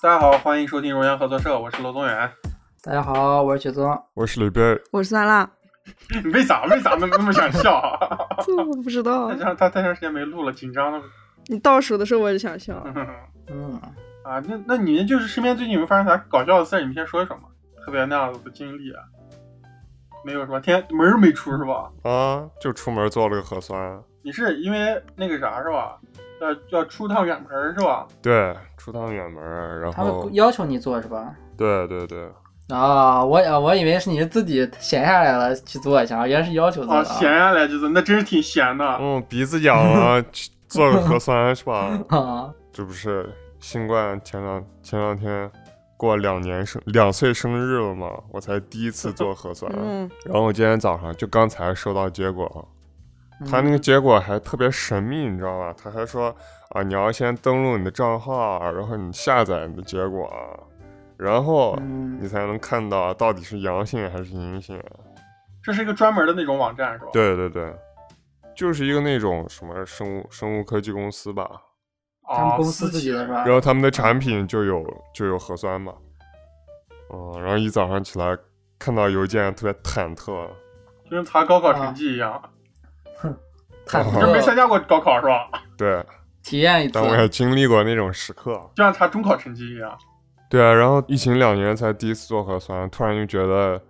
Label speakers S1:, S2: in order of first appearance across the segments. S1: 大家好，欢迎收听荣阳合作社，我是罗宗远。
S2: 大家好，我是雪宗。
S3: 我是吕贝，
S4: 我是 酸辣，
S1: 你为啥为啥那么那么想笑 啊？
S4: 这我不知道
S3: 啊
S1: 太。长太太长时间没录了，紧张了。
S4: 你倒数的时候我就想笑，
S2: 嗯，
S1: 啊，那那你们就是身边最近有没有发生啥搞笑的事儿？你们先说一说嘛，特别那样子的经历啊，没有是吧？天门儿没出是吧？
S3: 啊，就出门做了个核酸，
S1: 你是因为那个啥是吧？要要出趟远门儿是吧？
S3: 对，出趟远门儿，然
S2: 他
S3: 后
S2: 们要求你做是吧？
S3: 对对对，
S2: 啊、我啊我以为是你是自己闲下来了去做一下，原来是要求做的
S1: 啊，闲下来就是那真是挺闲的。
S3: 嗯，鼻子痒了，去做个 核酸是吧？
S2: 啊。
S3: 这不是新冠前两前两天过两年生两岁生日了嘛，我才第一次做 核酸，
S4: 嗯，
S3: 然后我今天早上就刚才收到结果啊，
S2: 嗯
S3: 他那个结果还特别神秘，你知道吧？他还说啊，你要先登录你的账号，然后你下载你的结果，然后
S2: 嗯
S3: 你才能看到到底是阳性还是阴性。啊
S1: 这是一个专门的那种网站是吧？
S3: 对对对，就是一个那种什么生物生物科技公司吧，
S1: 啊，
S2: 他们公司自己的是吧
S3: 然后他们的产品就有就有核酸嘛，嗯，然后一早上起来看到邮件特别忐忑，
S1: 就跟查高考成绩一样，
S2: 啊忐
S3: 啊
S1: 就没参
S2: 忑
S1: 加过高考是吧？
S3: 对，
S2: 体验一次
S3: 但，我也经历过那种时刻。啊
S1: 就像查中考成绩一样。
S3: 对啊，然后疫情两年才第一次做核酸，突然就觉得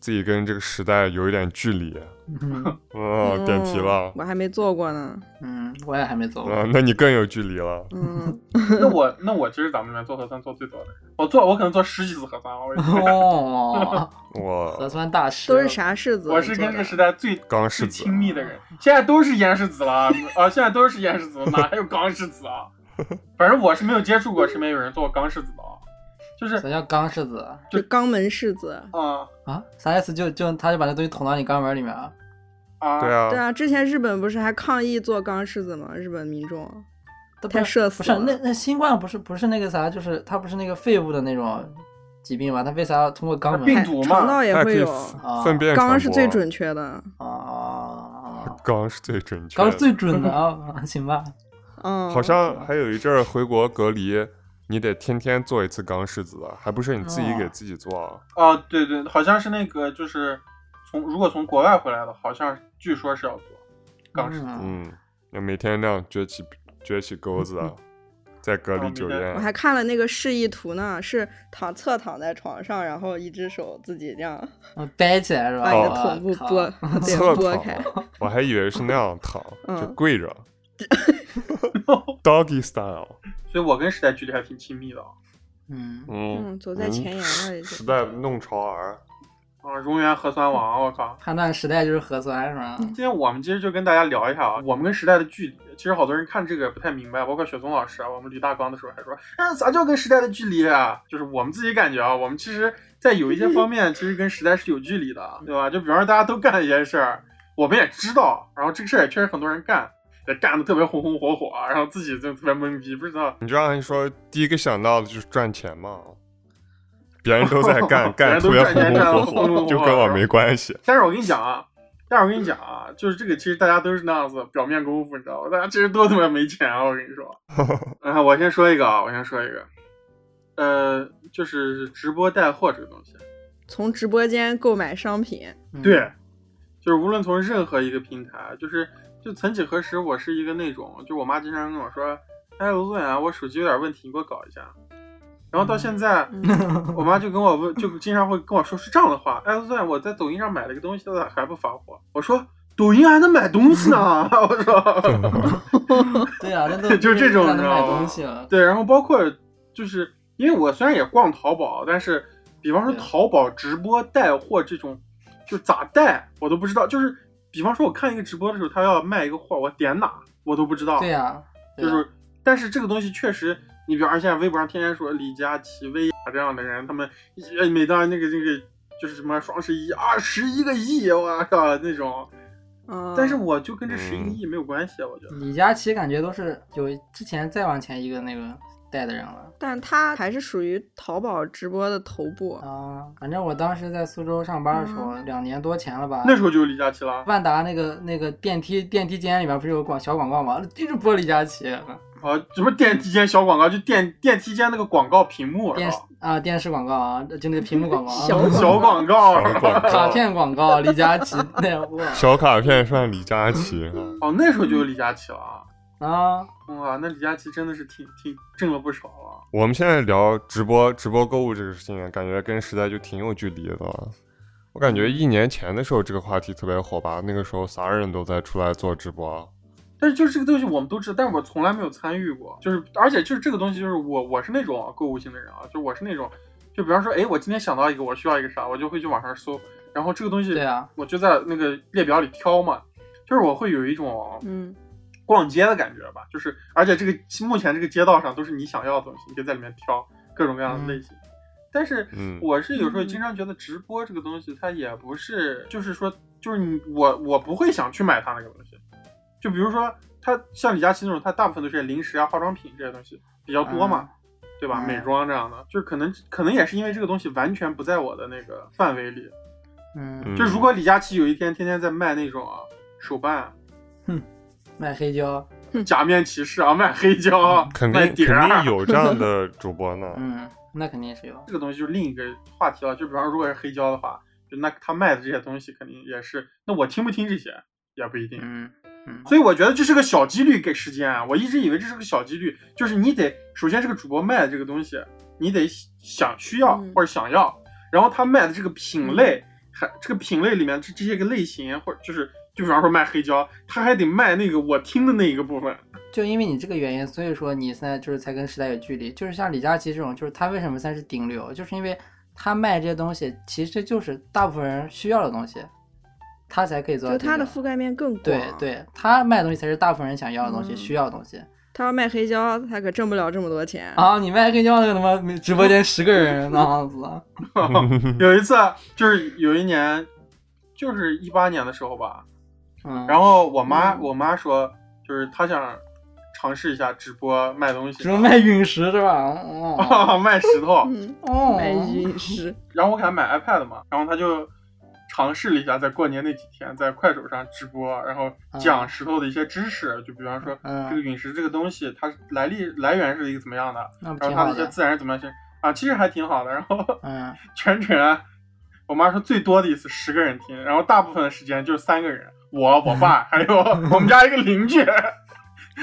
S3: 自己跟这个时代有一点距离。
S2: 嗯
S3: 哦，
S4: 嗯
S3: 点题了
S4: 我还没做过 呢，
S2: 嗯，我也还没做过。
S3: 啊，那你更有距离了。
S4: 嗯，
S1: 那我那我其实咱们里面做核酸做最多的，我做我可能做十几次核酸，我
S3: 嗯
S2: 哦，核
S3: 我
S2: 酸大师
S4: 都是啥柿子？
S1: 我是跟这个时代 最
S3: 刚
S1: 最
S3: 是子
S1: 亲密的人，现在都是岩石子了啊、 现在都是岩石子了，哪还有钢石子啊？反正我是没有接触过身边有人做过钢石子的啊，就是
S2: 啥叫钢柿子
S4: 就肛门柿子。
S3: 哦
S1: 啊
S2: 啊？啥意思？就就他就把那东西捅到你肛门里面啊？
S1: 啊，
S3: 对
S4: 对
S3: 啊，
S4: 啊，之前日本不是还抗议做肛柿子吗？日本民众
S2: 都不
S4: 太
S2: 是
S4: 社
S2: 不
S4: 死
S2: 是
S4: 了。
S2: 那那新冠不是不是那个啥，就是它不是那个肺部的那种疾病吗？它为啥要通过肛门？
S1: 病毒
S4: 肠
S1: 嘛
S4: 道，也
S3: 还可
S4: 会
S3: 以
S4: 有，啊
S3: 粪粪便传播
S4: 肛是最，准确的。
S2: 啊，
S3: 刚是最准确的，
S2: 刚是最准的啊，行吧？
S4: 嗯，
S3: 好像还有一阵儿回国隔离，你得天天做一次肛拭子，啊还不是你自己
S4: 哦
S3: 给自己做啊？
S1: 啊，对对，好像是那个就是从如果从国外回来的，好像据说是要做钢石子，
S2: 嗯
S3: 嗯，要每天那样撅起撅起钩
S4: 嗯
S3: 子啊，在隔
S1: 啊
S3: 离
S1: 每
S3: 酒
S1: 天
S3: 店
S4: 哦我。还看了那个示意图呢，是躺侧躺在床上，然后一只手自己这
S1: 哦
S4: 样
S2: 我掰起来是吧？
S4: 把你的
S2: 我
S4: 臀部
S2: 靠
S4: 拨， 对，
S3: 侧
S4: 拨
S3: 躺
S4: 开。
S3: 啊，我还以为是那样躺，
S4: 嗯
S3: 就 跪着，doggy style。
S1: 所以我跟时代距离还挺亲密的啊。
S2: 嗯，
S3: 嗯
S4: 嗯走在前沿了已经
S3: 时代弄潮儿，
S1: 啊，荣源核酸王，我靠！
S2: 判断时代就是核酸是吧？
S1: 今天我们其实就跟大家聊一下啊，我们跟时代的距离。其实好多人看这个不太明白，包括雪松老师啊，我们吕大刚的时候还说，啊，咋叫跟时代的距离啊？就是我们自己感觉啊，我们其实，在有一些方面，其实跟时代是有距离的，对吧？就比方说大家都干一件事儿，我们也知道，然后这个事儿也确实很多人干，也干的特别红红火火，然后自己就特别懵逼，不知道
S3: 你这样一说，第一个想到的就是赚钱嘛。别人都在 干，
S1: 别
S3: 干
S1: 人都
S3: 得特别
S1: 赚钱赚得
S3: 红
S1: 红红
S3: 红
S1: 火
S3: 火
S1: 火
S3: 火，就跟我没关 系。
S1: 但是我跟你讲啊，但是我跟你讲啊，就是这个其实大家都是那样子表面功夫，你知道吧？大家其实都他妈没钱啊！我跟你说，然后我先说一个啊，我先说一个，呃，就是直播带货这个东西，
S4: 从直播间购买商品，
S2: 嗯，
S1: 对，就是无论从任何一个平台，就是就曾几何时，我是一个那种，就我妈经常跟我说，哎，卢总啊，我手机有点问题，你给我搞一下。然后到现在，
S4: 嗯
S1: 我妈就跟我问，就经常会跟我说是这样的话，哎，算我在抖音上买了个东西，它咋还不发货？我说抖音还能买东西呢， 我说，
S2: 对啊，那都
S1: 就这种
S2: 都在
S1: 你知
S2: 那
S1: 道
S2: 买
S1: 吗
S2: 东西了。
S1: 对，然后包括就是因为我虽然也逛淘宝，但是比方说
S2: 对
S1: 淘宝直播带货这种，就咋带我都不知道，就是比方说我看一个直播的时候，他要卖一个货，我点哪我都不知道，
S2: 对呀，对啊
S1: 就
S2: 呀
S1: 是，但是这个东西确实，你比方现在微博上天天说李佳琦、薇娅这样的人，他们一每当那个那个就是什么双十一啊，十一个亿，我靠那种。
S4: 嗯，
S1: 但是我就跟这十一个
S3: 嗯
S1: 亿没有关系，我觉得。
S2: 李佳琦感觉都是有之前再往前一个那个带的人了
S4: 但它还是属于淘宝直播的头部。
S2: 啊。反正我当时在苏州上班的时候，两年多前了吧，
S1: 那时候就有李佳琦了，
S2: 万达那个那个电梯电梯间里面不是有广小广告吗？一直播李佳琦，
S1: 啊，什么电梯间小广告，就电电梯间那个广告屏幕是
S2: 电视
S1: 吧？
S2: 啊电视广告啊，就那个屏幕广告啊，
S4: 小广
S1: 小广告啊
S3: 小广告
S2: 卡片广告，李佳琦那我
S3: 小卡片算李佳琦啊，
S1: 哦，那时候就有李佳琦了啊！
S2: 啊，
S1: 哇，那李佳琦真的是挺挺挣了不少啊了。
S3: 我们现在聊直播、直播购物这个事情，感觉跟时代就挺有距离的了。我感觉一年前的时候，这个话题特别火吧，那个时候啥人都在出来做直播。
S1: 但是就是这个东西我们都知道，但是我从来没有参与过。就是而且就是这个东西，就是我我是那种购物型的人啊，就我是那种，就比方说，哎，我今天想到一个，我需要一个啥，我就会去网上搜，然后这个东西
S2: 对啊，
S1: 我就在那个列表里挑嘛。就是我会有一种
S4: 嗯，
S1: 逛街的感觉吧，就是而且这个目前这个街道上都是你想要的东西，你可以在里面挑各种各样的类型。但是
S3: 嗯，
S1: 我是有时候
S4: 嗯
S1: 经常觉得直播这个东西，它也不是，就是说，就是你我我不会想去买它那个东西。就比如说，它像李佳琦那种，它大部分都是零食啊、化妆品这些东西比较多嘛，对吧？
S2: 嗯
S1: 美妆这样的，就是可能可能也是因为这个东西完全不在我的那个范围里。
S2: 嗯，
S1: 就如果李佳琦有一天天天在卖那种啊手办、
S2: 卖黑胶，
S1: 假面骑士啊、卖黑胶啊、
S3: 肯定
S1: 卖
S3: 肯
S1: 碟儿啊
S3: 定，有这样的主播呢。
S2: 嗯，那肯定是有，
S1: 这个东西就是另一个话题了。啊就比方说，如果是黑胶的话，就那他卖的这些东西肯定也是，那我听不听这些也不一定。
S2: 嗯嗯，
S1: 所以我觉得这是个小几率给时间啊，我一直以为这是个小几率，就是你得首先这个主播卖的这个东西，你得想需要
S4: 嗯
S1: 或者想要，然后他卖的这个品类，还这个品类里面这这些个类型或者就是。就比方说卖黑胶，他还得卖那个我听的那一个部分，
S2: 就因为你这个原因，所以说你现在就是才跟时代有距离。就是像李佳琦这种，就是他为什么算是顶流，就是因为他卖这些东西，其实就是大部分人需要的东西，他才可以做到
S4: 就
S2: 顶流。
S4: 它的啊覆盖面更广。
S2: 对，对，他卖的东西才是大部分人想要的东西，
S4: 嗯
S2: 需要的东西。
S4: 他要卖黑胶，他可挣不了这么多钱。
S2: 啊，你卖黑胶那个他妈直播间十个人那样子，嗯
S1: 有一次就是有一年，就是一八年的时候吧，
S2: 嗯，
S1: 然后我妈、
S4: 嗯
S1: 我妈说，就是她想尝试一下直播卖东西，
S2: 只能卖陨石是吧？哦
S1: 啊 卖石头，
S4: 嗯，
S2: 哦，
S4: 卖陨 石，
S1: 然后我给他买 iPad 嘛，然后他就尝试了一下，在过年那几天在快手上直播，然后讲石头的一些知识，就比方说、
S2: 嗯
S1: 这个陨石这个东西它来历来源是一个怎么样的，
S2: 那不
S1: 然后
S2: 挺
S1: 它
S2: 好
S1: 的一些
S2: 的？
S1: 自然是怎么样的啊，其实还挺好的。然后
S2: 嗯，
S1: 全程啊我妈说最多的一次十个人听，然后大部分的时间就是三个人，我我爸还有我们家一个邻居，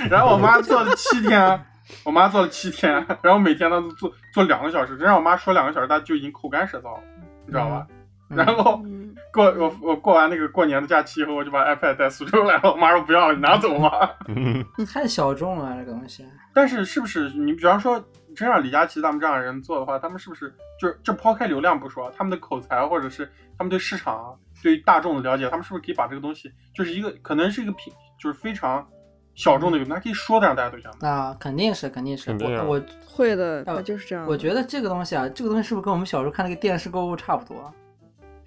S1: 然后我妈做了七天。我妈做了七天，然后每天她都做做两个小时，真让我妈说两个小时，她就已经口干舌燥了，你知道吧？
S2: 嗯
S1: 然后
S4: 嗯，
S1: 过我我过完那个过年的假期以后，我就把 iPad 带苏州来了。我妈说不要了，你拿走吧。
S3: 嗯，
S2: 太小众了这个东西。
S1: 但是是不是你比方说真让李佳琦他们这样的人做的话，他们是不是就就抛开流量不说，他们的口才或者是他们对市场、对大众的了解，他们是不是可以把这个东西就是一个可能是一个品，就是非常小众的一个，他可以说的让大家都想买。
S2: 那肯定是，肯定是。
S3: 肯定啊
S2: 我我
S4: 会的，
S2: 呃
S4: 他就是这样的。
S2: 我觉得这个东西啊，这个东西是不是跟我们小时候看那个电视购物差不多？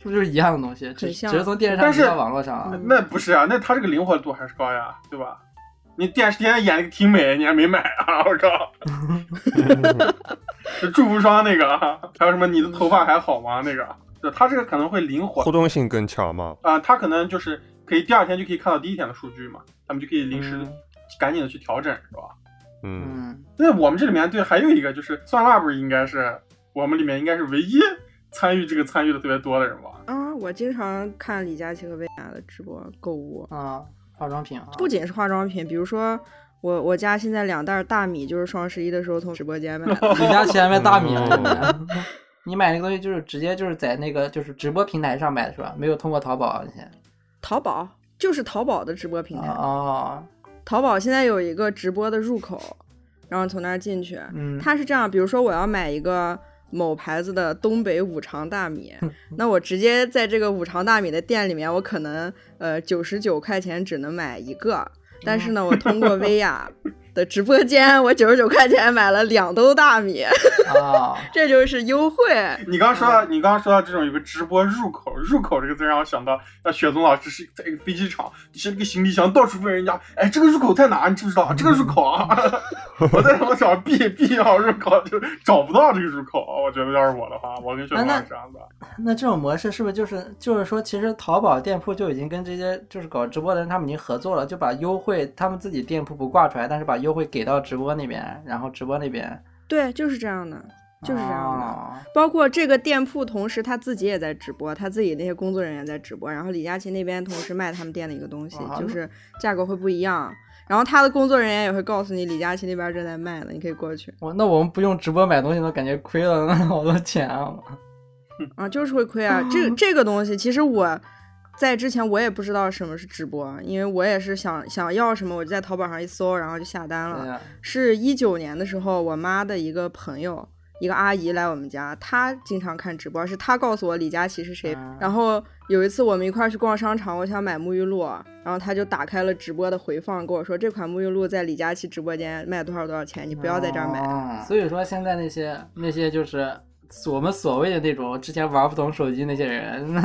S2: 是不是就是一样的东西？只只
S4: 很像
S2: 是从电视
S1: 但
S2: 上移
S1: 是
S2: 到网络上啊
S1: 那。那不是啊，那他这个灵活度还是高呀，对吧？你电视天天演那个挺美，你还没买啊？我靠！就祝福霜那个啊，还有什么你的头发还好吗？那个，啊就他这个可能会灵活
S3: 互动性更强嘛。
S1: 啊、他可能就是可以第二天就可以看到第一天的数据嘛，他们就可以临时
S2: 嗯
S1: 赶紧的去调整，是吧？
S3: 嗯，
S2: 嗯，
S1: 那我们这里面对还有一个就是蒜辣不是应该是我们里面应该是唯一参与这个参与的特别多的人吧？
S4: 啊，我经常看李佳琦和薇娅的直播购物，
S2: 啊，化妆品啊，。
S4: 不仅是化妆品，比如说我我家现在两袋大米就是双十一的时候从直播间买的
S2: 你家前面大米啊。
S3: 哦
S2: 你 你买那个东西就是直接就是在那个就是直播平台上买的是吧？没有通过淘宝啊那些。
S4: 淘宝就是淘宝的直播平台，
S2: 哦，
S4: 淘宝现在有一个直播的入口，然后从那儿进去。
S2: 嗯，
S4: 它是这样，比如说我要买一个某牌子的东北五常大米，那我直接在这个五常大米的店里面，我可能呃九十九块钱只能买一个，但是呢，我通过薇娅的直播间，我九十九块钱买了两兜大米，
S2: 啊，
S4: 这就是优惠。
S1: 你刚说到，你刚说到这种有个直播入口，入口这个字让我想到，呃，雪松老师是在一个飞机场，是一个行李箱，到处问人家，哎，这个入口在哪？你知不知道？这个入口啊，我在什么找 B B 号入口，就找不到这个入口。啊我觉得要是我的话，我跟雪松老师这样啊的，
S2: 那这种模式是不是就是就是说，其实淘宝店铺就已经跟这些就是搞直播的人他们已经合作了，就把优惠他们自己店铺不挂出来，但是把优惠给到直播那边，然后直播那边
S4: 对，就是这样的，就是这样的。
S2: 哦
S4: 包括这个店铺，同时他自己也在直播，他自己那些工作人员在直播，然后李佳琦那边同时卖他们店的一个东西
S2: 哇，
S4: 就是价格会不一样。然后他的工作人员也会告诉你李佳琦那边正在卖的，你可以过去
S2: 我那我们不用直播买东西，都感觉亏了那好多钱啊！
S4: 啊，就是会亏啊。这个这个东西，其实我在之前我也不知道什么是直播，啊因为我也是想想要什么，我就在淘宝上一搜，然后就下单了
S2: 对。呀，
S4: 是一九年的时候，我妈的一个朋友，一个阿姨来我们家，她经常看直播，是她告诉我李佳琦是谁。
S2: 啊
S4: 然后有一次我们一块儿去逛商场，我想买沐浴露，然后她就打开了直播的回放，跟我说这款沐浴露在李佳琦直播间卖多少多少钱，你不要在这儿买。
S2: 哦所以说现在那些那些就是我们所谓的那种之前玩不懂手机那些人，那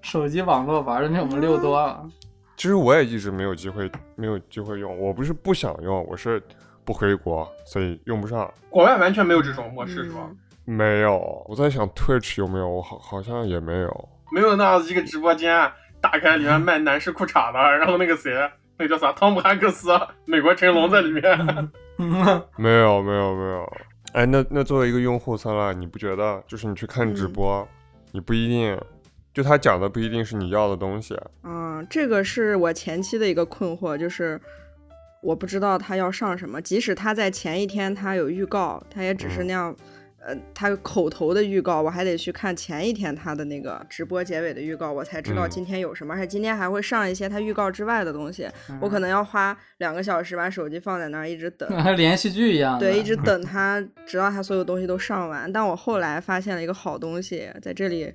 S2: 手机网络玩的比我
S4: 嗯
S2: 们溜多了。
S3: 其实我也一直没有机会，没有机会用。我不是不想用，我是不回国，所以用不上。
S1: 国外完全没有这种模式，
S4: 嗯
S1: 是吧？
S3: 没有，我在想 Twitch 有没有，我好好像也没有。
S1: 没有那样子一个直播间，打开里面卖男士裤衩的，然后那个谁，那个叫啥，汤姆汉克斯，美国成龙在里面。
S3: 没有，没有，没有。哎，那那作为一个用户，三辣，你不觉得就是你去看
S2: 嗯
S3: 直播，你不一定就他讲的不一定是你要的东西，
S4: 嗯，这个是我前期的一个困惑，就是我不知道他要上什么。即使他在前一天他有预告，他也只是那样，呃，他口头的预告，我还得去看前一天他的那个直播结尾的预告，我才知道
S3: 嗯
S4: 今天有什么。而且今天还会上一些他预告之外的东西，我可
S2: 能
S4: 能要花两个小时把手机放在那儿一直等。
S2: 连续剧一样的，
S4: 对，一直等他，直到他所有东西都上完。但我后来发现了一个好东西，在这里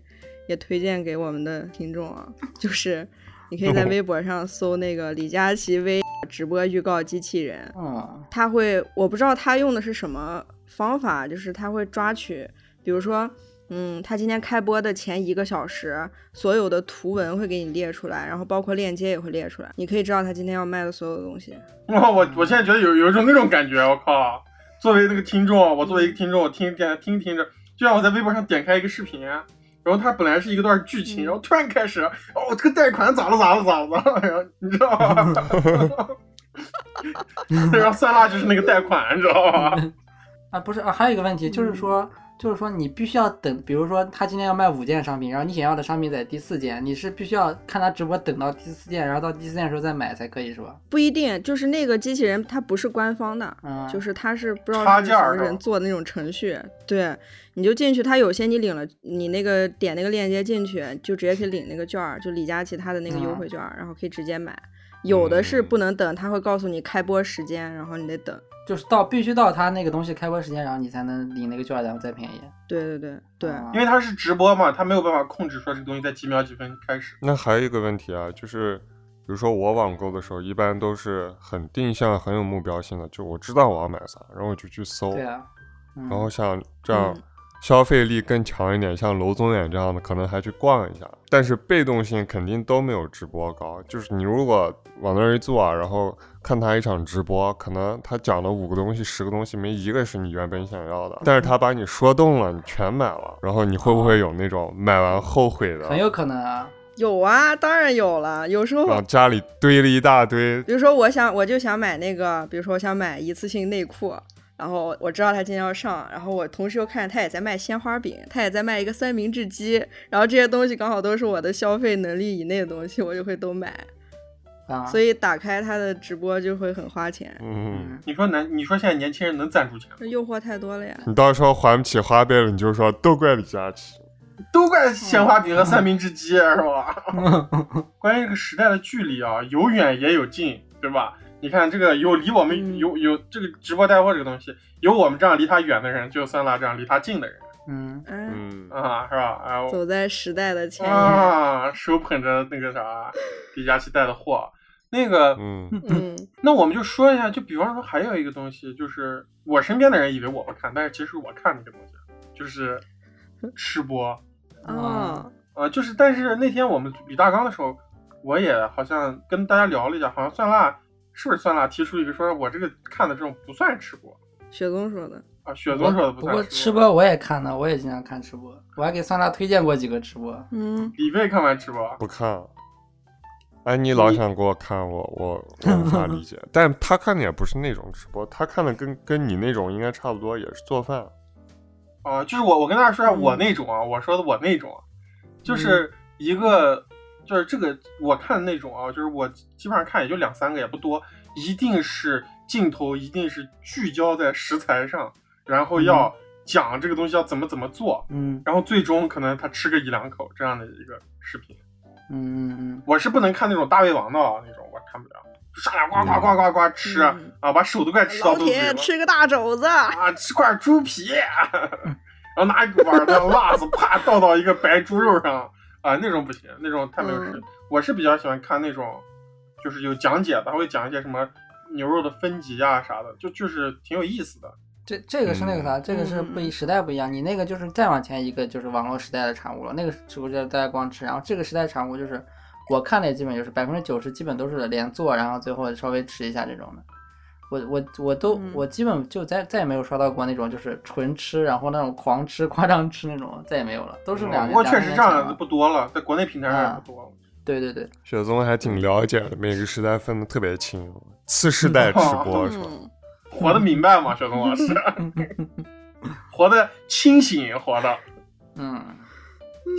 S4: 也推荐给我们的听众啊， 就是你可以在微博上搜那个李佳琦 V 直播预告机器人，
S2: 嗯，
S4: 他会，我不知道他用的是什么方法，就是他会抓取，比如说。嗯，他今天开播的前一个小时，所有的图文会给你列出来，然后包括链接也会列出来，你可以知道他今天要卖的所有东西。
S1: 哇，我我现在觉得有有一种那种感觉，我靠！作为那个听众，我作为一个听众，我听点听听着，就像我在微博上点开一个视频，然后它本来是一段剧情，
S4: 嗯
S1: 然后突然开始，哦，这个贷款咋了咋了咋了咋了，然后你知道吧？然后酸辣就是那个贷款，你知道吧？
S2: 啊，不是啊，还有一个问题
S4: 嗯
S2: 就是说，就是说你必须要等，比如说他今天要卖五件商品，然后你想要的商品在第四件，你是必须要看他直播等到第四件，然后到第四件的时候再买才可以，是吧？
S4: 不一定，就是那个机器人它不是官方的，
S2: 嗯，
S4: 就是它是不知道
S1: 插
S4: 是
S1: 件
S4: 什
S1: 儿
S4: 么
S1: 是吧
S4: 人做的那种程序，对，你就进去，它有些你领了，你那个点那个链接进去，就直接可以领那个券儿，就李佳琦他的那个优
S1: 嗯
S4: 惠券儿，然后可以直接买。有的是
S3: 嗯
S4: 不能等，他会告诉你开播时间，然后你得等。
S2: 就是到必须到他那个东西开播时间，然后你才能领那个券，然后再便宜。
S4: 对对对对，
S2: 啊
S1: 因为它是直播嘛，它没有办法控制说这个东西在几秒几分开始。
S3: 那还有一个问题啊，就是比如说我网购的时候，一般都是很定向、很有目标性的，就我知道我要买啥，然后我就去搜，
S2: 对啊，嗯、
S3: 然后像这样
S4: 嗯
S3: 消费力更强一点，像楼宗远这样的，可能还去逛一下。但是被动性肯定都没有直播高，就是你如果往那儿一坐，啊然后看他一场直播，可能他讲了五个东西、十个东西，没一个是你原本想要的，但是他把你说动了，你全买了，然后你会不会有那种买完后悔的？
S2: 很有可能啊，
S4: 有啊，当然有了。有时候，
S3: 往家里堆了一大 堆，
S4: 比如说我想，我就想买那个，比如说我想买一次性内裤，然后我知道他今天要上，然后我同时又看见他也在卖鲜花饼，他也在卖一个三明治机，然后这些东西刚好都是我的消费能力以内的东西，我就会都买，
S2: 啊，
S4: 所
S2: 以
S4: 以打开他的直播就会很花钱，
S3: 嗯。
S2: 嗯，
S1: 你说男，你说现在年轻人能赞助钱吗？
S4: 那诱惑太多了呀。
S3: 你到时候还不起花呗了，你就说都怪李佳琦。
S1: 都怪鲜花饼和三明治鸡是吧？ 关于这个时代的距离啊，有远也有近，对吧？你看这个有离我们
S4: 嗯
S1: 有有这个直播带货这个东西，有我们这样离他远的人，就有酸辣这样离他近的人
S2: 嗯，
S4: 嗯，
S3: 嗯，
S1: 啊，是吧？啊我
S4: 走在时代的前沿。
S1: 啊，手捧着那个啥李佳琦带的货，啊那个
S3: 嗯，
S4: 嗯
S1: 那我们就说一下，就比方说还有一个东西，就是我身边的人以为我不看，但是其实我看那个东西，就是吃播。
S4: 哦，
S1: 呃，就是但是那天我们比大纲的时候，我也好像跟大家聊了一下，好像酸辣是不是酸辣提出一个说，我这个看的这种不算吃播
S4: 雪宗说的，
S1: 啊，雪宗说的
S2: 不过
S1: 算
S2: 吃
S1: 吃。
S2: 播我也看的，我也经常看吃播，我还给酸辣推荐过几个吃播。
S4: 嗯，
S1: 李贝看完吃播，
S3: 不看。安妮老想给我看我，我我无法理解。但她看的也不是那种直播，她看的跟跟你那种应该差不多，也是做饭。
S1: 啊，就是我我跟大家说一下
S4: 嗯
S1: 我那种啊，我说的我那种啊，就是一个就是这个我看的那种啊，就是我基本上看也就两三个也不多，一定是镜头一定是聚焦在食材上，然后
S4: 嗯
S1: 要讲这个东西要怎么怎么做，
S2: 嗯
S1: 然后最终可能他吃个一两口这样的一个视频。
S2: 嗯嗯
S1: 我是不能看那种大胃王的啊，那种我看不了，就上来呱呱呱呱呱吃、
S4: 嗯
S1: 啊，把手都快吃到
S4: 老
S1: 肚子里
S4: 铁
S1: 了
S4: 吃个大肘子，
S1: 啊，吃块猪皮， 然后拿一碗 的辣子啪倒到一个白猪肉上啊，那种不行，那种太没有吃。
S4: 嗯
S1: 我是比较喜欢看那种，就是有讲解的，他会讲一些什么牛肉的分级啊啥的，就就是挺有意思的。
S2: 嗯，这这个是那个啥，这个是
S1: 嗯
S2: 不一时代不一样，你那个就是再往前一个就是网络时代的产物了，那个时候就大家光吃，然后这个时代产物就是我看的也基本就是百分之九十基本都是连做，然后最后稍微吃一下这种的。我我我都
S4: 嗯
S2: 我基本就再再也没有刷到过那种就是纯吃，然后那种狂吃夸张吃那种，再也没有了，都是两
S1: 不
S2: 年。
S1: 过哦确
S2: 两
S1: 实
S2: 年
S1: 这样
S2: 前
S1: 的
S2: 了嗯
S1: 不多了，在国内平台上也不多了。
S2: 对对对，
S3: 雪宗还挺了解的，每个时代分的特别清，次世代吃播是吧？
S4: 嗯，
S1: 活得明白吗，小东老 师？活得清醒，活的。
S2: 嗯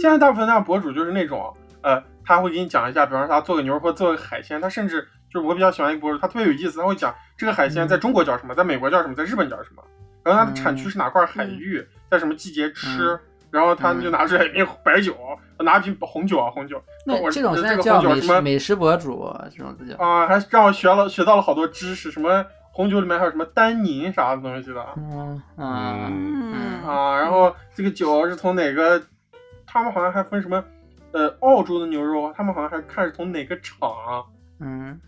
S1: 现在大部分的博主就是那种，呃，他会给你讲一下，比方说他做个牛肉或做个海鲜，他甚至就是我比较喜欢一个博主，他特别有意思，他会讲这个海鲜在中国叫什么，在美国叫什么，在日本叫什么，然后它的产区是哪块海
S2: 嗯
S1: 域，在什么季节吃，然后他就拿出来一瓶白酒，拿一瓶红酒啊，红酒，
S2: 那
S1: 我
S2: 这种
S1: 这
S2: 现在
S1: 个
S2: 叫
S1: 红酒
S2: 美
S1: 什么
S2: 食美食博主，这种就叫。
S1: 啊、还让我学了学到了好多知识，什么红酒里面还有什么单宁啥的东西的
S2: 嗯嗯嗯
S1: 啊，然后这个酒是从哪个，他们好像还分什么。呃，澳洲的牛肉，他们好像还看是从哪个厂、
S2: 嗯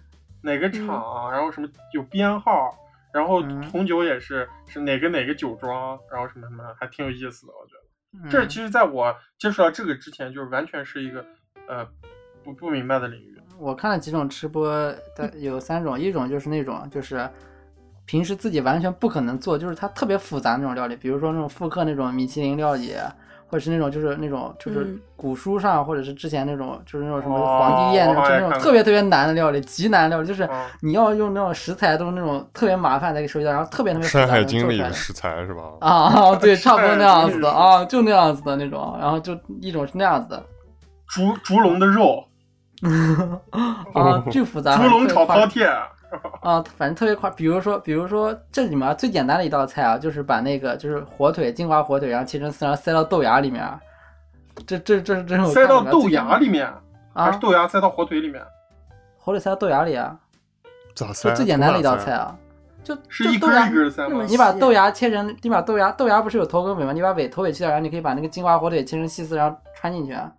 S1: 哪个厂，然后什么有编号，然后
S2: 嗯
S1: 红酒也是是哪个哪个酒庄，然后什么什么，还挺有意思的，我觉得。
S2: 嗯，
S1: 这其实在我接触到这个之前，就是完全是一个呃不不明白的领域。
S2: 我看了几种吃播的有三种，一种就是那种就是平时自己完全不可能做，就是它特别复杂那种料理，比如说那种复刻那种米其林料理，或者是那种就是那种就是
S4: 嗯
S2: 古书上、或者是之前那种就是那种什么
S1: 哦
S2: 皇帝宴那
S1: 我
S2: 种，
S1: 好
S2: 就
S1: 像
S2: 那种
S1: 看
S2: 特别特别难的料理，极难料理，就是
S1: 啊
S2: 你要用那种食材都是那种特别麻烦的一个手艺，然后特别特别复杂
S3: 山海
S2: 嗯的
S3: 经》
S2: 做
S3: 里
S2: 出来
S3: 的
S2: 的。
S3: 食材是吧？
S2: 啊， 对，差不多那样子的
S1: 是
S2: 啊，就那样子的那种，然后就一种是那样子的，
S1: 竹竹笼的肉，
S2: 啊，巨复杂，
S1: 竹哦笼炒
S2: 特
S1: 饕
S2: 别夸
S1: 餮，
S2: 啊，反正特别夸。比如说，比如说这里面最简单的一道菜啊，就是把那个就是火腿，金华火腿，然后切成丝，然后塞到豆芽里面。啊这这这是这种
S1: 塞到豆芽里面，还是
S2: 啊，
S1: 豆芽塞到火腿里面？
S2: 火腿塞到豆芽里啊，
S3: 咋塞
S2: 就？最简单的一道菜
S3: 啊！
S2: 啊，就是就
S1: 一
S2: 豆
S1: 根
S2: 芽
S1: 一。根塞吗
S4: 那？么
S2: 你把豆芽切成，你把豆芽豆芽不是有头跟尾吗？你把尾头尾去掉，然后你可以把那个金华火腿切成细丝，然后穿进去啊，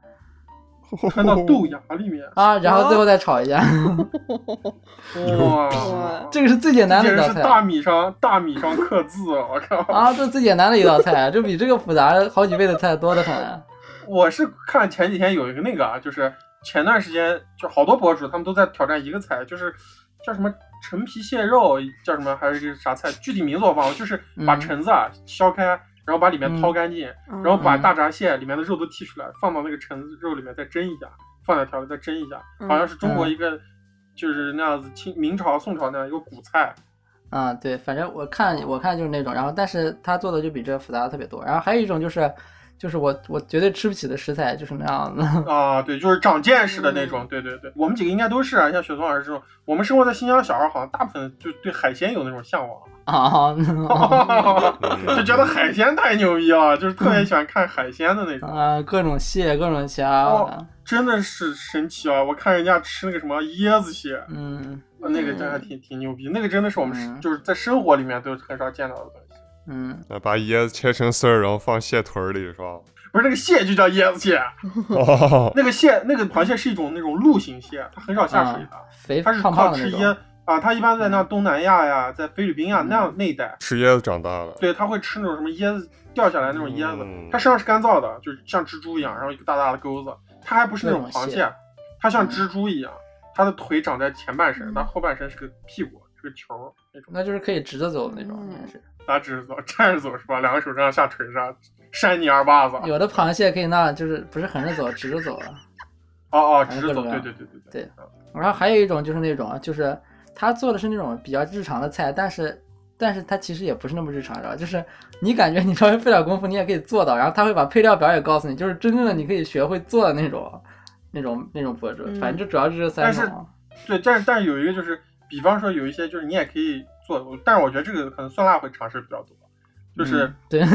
S1: 穿到豆芽里面，
S2: 啊然后最后再炒一下。
S1: 啊哇！
S2: 这个是最简单的
S1: 简
S2: 一
S1: 直
S2: 道
S1: 是
S2: 菜
S1: 大
S2: 啊
S1: 米上大米上刻字，我靠！
S2: 啊，这是最简单的一道菜，这比这个复杂好几倍的菜多得很。啊
S1: 我是看前几天有一个那个啊，就是前段时间就好多博主他们都在挑战一个菜，就是叫什么陈皮蟹肉，叫什么还是一个啥菜，具体名字我忘了，就是把
S2: 嗯
S1: 橙子啊削开，然后把里面掏干净，
S4: 然
S1: 然后把
S2: 嗯
S1: 大闸蟹里面的肉都剔出来，放到那个橙子肉里面再蒸一下，放点调料再蒸一下，
S4: 嗯
S1: 好像是中国一个就是那样子清明朝宋朝那样一个古菜，
S2: 啊，对，反正我看我看就是那种，然后但是他做的就比这复杂的特别多。然后还有一种就是，就是我我绝对吃不起的食材，就是那样子。
S1: 啊，对，就是长见识的那种，对对对，我们几个应该都是啊，像雪松老师这种，我们生活在新疆的小孩，好像大部分就对海鲜有那种 向往，
S2: 啊，
S1: 就觉得海鲜太牛逼了，就是特
S2: 嗯
S1: 别喜欢看海鲜的那种，
S2: 啊，各种蟹，各种虾，
S1: 哦真的是神奇啊！我看人家吃那个什么椰子蟹，
S2: 嗯
S1: 啊那个真还挺挺牛逼，那个真的是我们
S2: 嗯
S1: 就是在生活里面都很少见到的东西。
S2: 嗯，
S3: 啊把椰子切成丝儿，然后放蟹腿儿里是 吧？
S1: 不是那个蟹就叫椰子蟹，
S3: 哦，
S1: 那个蟹那个螃蟹是一种那种陆型蟹，它很少下水的，
S2: 肥
S1: 它是
S2: 胖
S1: 靠
S2: 胖的
S1: 吃
S2: 那
S1: 椰
S2: 种。
S1: 啊，它一般在那东南亚呀，在菲律宾啊
S2: 嗯
S1: 那样那一带，
S3: 吃椰子长大的。
S1: 对，它会吃那种什么椰子掉下来那种椰子
S3: 嗯，
S1: 它身上是干燥的，就是像蜘蛛一样，然后一个大大的钩子，它还不是那种螃
S2: 那
S1: 蟹
S2: 种，
S1: 它
S2: 嗯
S1: 像蜘蛛一样，它的腿长在前半身，
S4: 嗯
S1: 但后半身是个屁股，是个球儿那种，
S2: 那就是可以直着走的那种，
S4: 嗯
S2: 应该是
S1: 打直着走，站着走是吧？两个手这样下垂着，扇你二巴子，
S2: 有的螃蟹可以那，就是不是横着走，直着走啊。
S1: 哦哦，
S2: 反正
S1: 直着
S2: 各
S1: 走，
S2: 种各
S1: 对
S2: 样
S1: 对对对
S2: 对
S1: 嗯
S2: 然后还有一种就是那种，就是他做的是那种比较日常的菜，但是但是他其实也不是那么日常，然后就是你感觉你稍微费点功夫你也可以做到，然后他会把配料表也告诉你，就是真正的你可以学会做的那种那种那种博主，
S4: 嗯
S2: 反正就主要是这三
S1: 但是
S2: 种。啊
S1: 对，但是但是有一个就是，比方说有一些就是你也可以做，但是我觉得这个可能酸辣会尝试比较多，就是、
S2: 嗯 对，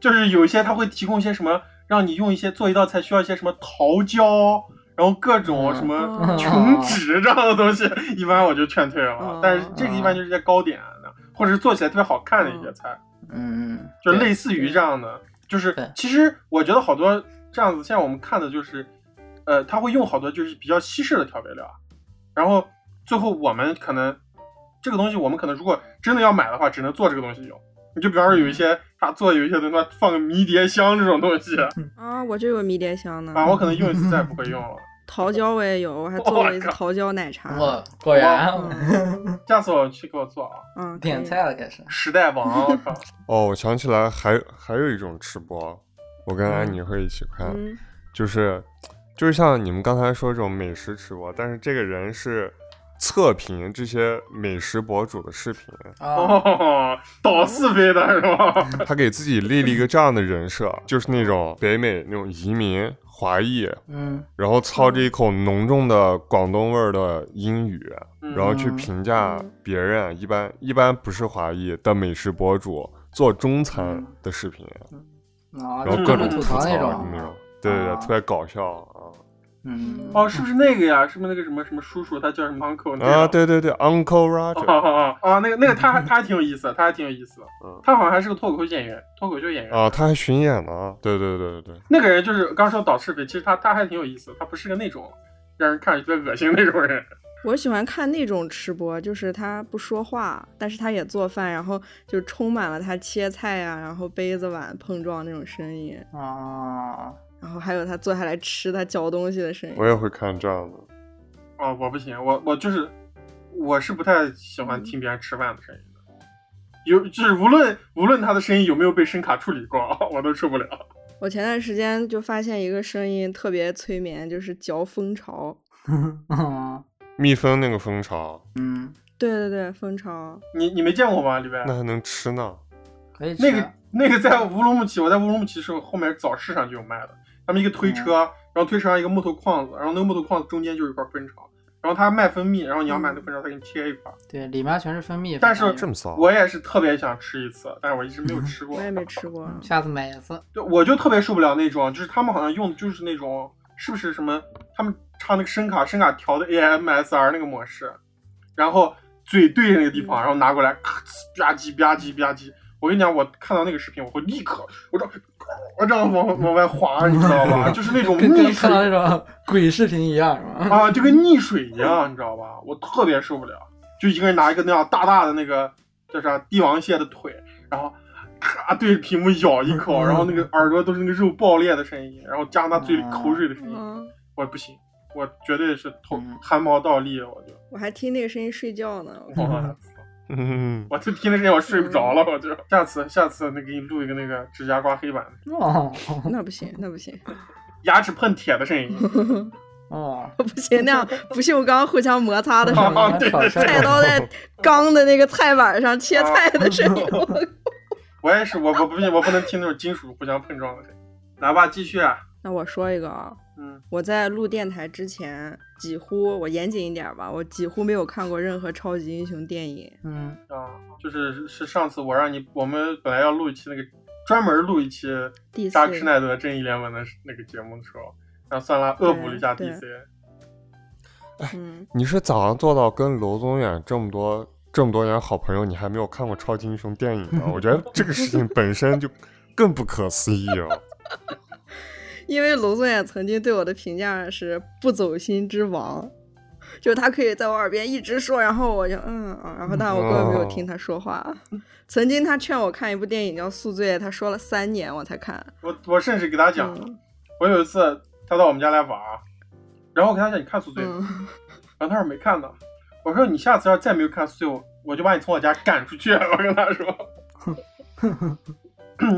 S1: 就是有一些他会提供一些什么，让你用一些做一道菜需要一些什么桃胶，然后各种
S2: 嗯
S1: 什么
S4: 哦
S1: 琼脂这样的东西，一般我就劝退了。
S4: 哦
S1: 但是这个一般就是一些糕点的，或者是做起来特别好看的一些菜，
S2: 嗯嗯，
S1: 就
S2: 对
S1: 类似于这样的。就是
S2: 对
S1: 其实我觉得好多这样子，现在我们看的就是，呃，他会用好多就是比较西式的调味料，然后最后我们可能这个东西我们可能如果真的要买的话，只能做这个东西用。你就比方说
S2: 嗯
S1: 有一些他做有一些东西，他放个迷迭香这种东西
S2: 嗯
S4: 啊，我就有迷迭香呢，
S1: 啊，我可能用一次再也不会用 了。
S4: 桃胶我也有，我还做过一次桃胶奶茶。
S2: 我果然啊
S4: 嗯
S1: 下次我去给我做啊，
S4: 嗯，可 以
S2: 点菜了开始。
S1: 时代 王，我靠，
S3: 哦，我想起来还还有一种吃播，我
S2: 嗯
S3: 跟安妮会一起看，
S4: 嗯
S3: 就是就是像你们刚才说这种美食吃播，但是这个人是测评这些美食博主的视频，
S2: 哦，
S1: 哦，倒是非的是吧？
S3: 他给自己立了一个这样的人设，就是那种北美那种移民华裔，
S2: 嗯，
S3: 然后操着一口浓重的广东味儿的英语，
S1: 嗯
S3: 然后去评价
S4: 嗯
S3: 别人，啊一般一般不是华裔的美食博主做中餐的视频，
S2: 然
S3: 然后各
S1: 就是
S3: 种
S2: 吐
S3: 吐
S2: 槽那
S3: 种那
S2: 种，
S3: 种，对对对，
S2: 啊
S3: 特别搞笑啊。
S2: 嗯，
S1: 哦，是不是那个呀？是不是那个什么什么叔叔，他叫什么 uncle 那个
S3: 啊，对对对，Uncle Roger
S1: 哦哦哦，啊那个那个他还他还挺有意思的，他还挺有意思的
S3: 嗯，
S1: 他好像还是个脱口秀演员，脱口秀演员。
S3: 啊，他还巡演呢。对对对对对，
S1: 那个人就是刚说倒是非，其实他他还挺有意思的，他不是个那种让人看着特别恶心那种人。
S4: 我喜欢看那种吃播，就是他不说话，但是他也做饭，然后就充满了他切菜呀、然后杯子碗碰撞那种声音，
S2: 啊，
S4: 然后还有他坐下来吃他嚼东西的声音
S3: 我。也会看这样的。
S1: 哦，我不行，我我就是我是不太喜欢听别人吃饭的声音的，有就是无论无论他的声音有没有被声卡处理过， 我都受不了。
S4: 我前段时间就发现一个声音特别催眠，就是嚼蜂巢。
S3: 蜜蜂那个蜂巢，
S2: 嗯，
S4: 对对对，蜂巢。
S1: 你你没见过吗，李白？
S3: 那还能吃呢？
S2: 可以吃
S1: 那个
S4: 啊
S1: 那个在乌鲁木齐，我在乌鲁木齐的时候，后面早市上就有卖的。他们一个推车，
S4: 嗯
S1: 然后推车上一个木头框子，然后那个木头框子中间就是一块蜂巢，然后他卖蜂蜜，然后你要买那蜂巢，他给你切一块。
S2: 对，里面全是蜂蜜，
S1: 但是
S2: 反
S3: 这
S2: 正
S3: 么骚？
S1: 我也是特别想吃一次，但是我一直没有吃过。
S4: 哦嗯我也没吃过，嗯
S2: 下次买一次，
S1: 对，我就特别受不了那种，就是他们好像用的就是那种，是不是什么？他们插那个声卡，声卡调的 AMSR 那个模式，然后嘴对着那个地方，然后拿过来，咔呲吧唧吧唧吧唧。我跟你讲，我看到那个视频，我会立刻，我这我这样往往外滑，你知道 吧？就是那种
S2: 跟跟
S1: 溺
S2: 看到那
S1: 水
S2: 种鬼视频一样，是吧？
S1: 啊，就跟溺水一样，你知道吧？我特别受不了，就一个人拿一个那样大大的那个叫啥帝王蟹的腿，然后咔对着屏幕咬一口，然后那个耳朵都是那个肉爆裂的声音，然后加上他嘴里口水的声音，
S4: 嗯，
S1: 我不行，我绝对是头
S2: 嗯
S1: 汗毛倒立，我就，
S4: 我还听那个声音睡觉呢。
S1: 我
S2: 嗯
S1: 操
S3: 嗯，
S1: 我就听那声音我睡不着了，我就下次下次那给你录一个那个指甲刮黑板的
S2: 哦
S4: 那不行，那不行，
S1: 牙齿碰铁的声音，
S2: 哦，
S4: 不行，那样不锈钢互相摩擦 的声音。
S2: 挑战
S4: 菜刀在钢的那个菜板上切菜的声音，
S1: 我也是，我我不行，我不能听那种金属互相碰撞的声音。来吧，继续啊，
S4: 那我说一个啊，
S1: 嗯，
S4: 我在录电台之前，几乎我严谨一点吧，我几乎没有看过任何超级英雄电影。
S2: 嗯
S1: 啊，就是是上次我让你，我们本来要录一期那个专门录一期
S4: 第四
S1: 扎克施奈德正义联盟的那个节目的时候，然后算了恶补了一下 DC，
S4: 嗯，
S3: 你是咋样做到跟娄宗远这么多这么多年好朋友，你还没有看过超级英雄电影呢？我觉得这个事情本身就更不可思议了。
S4: 因为娄宗远曾经对我的评价是“不走心之王”，就是他可以在我耳边一直说，然后我就嗯，啊然后但我根本没有听他说话。曾经他劝我看一部电影叫《宿醉》，他说了三年我才看。
S1: 我我甚至给他讲，
S4: 嗯
S1: 我有一次他到我们家来玩儿，然后我跟他讲你看《宿醉》吗，
S4: 嗯，
S1: 然后他说没看呢，我说你下次要再没有看《宿醉》，我我就把你从我家赶出去，我跟他说。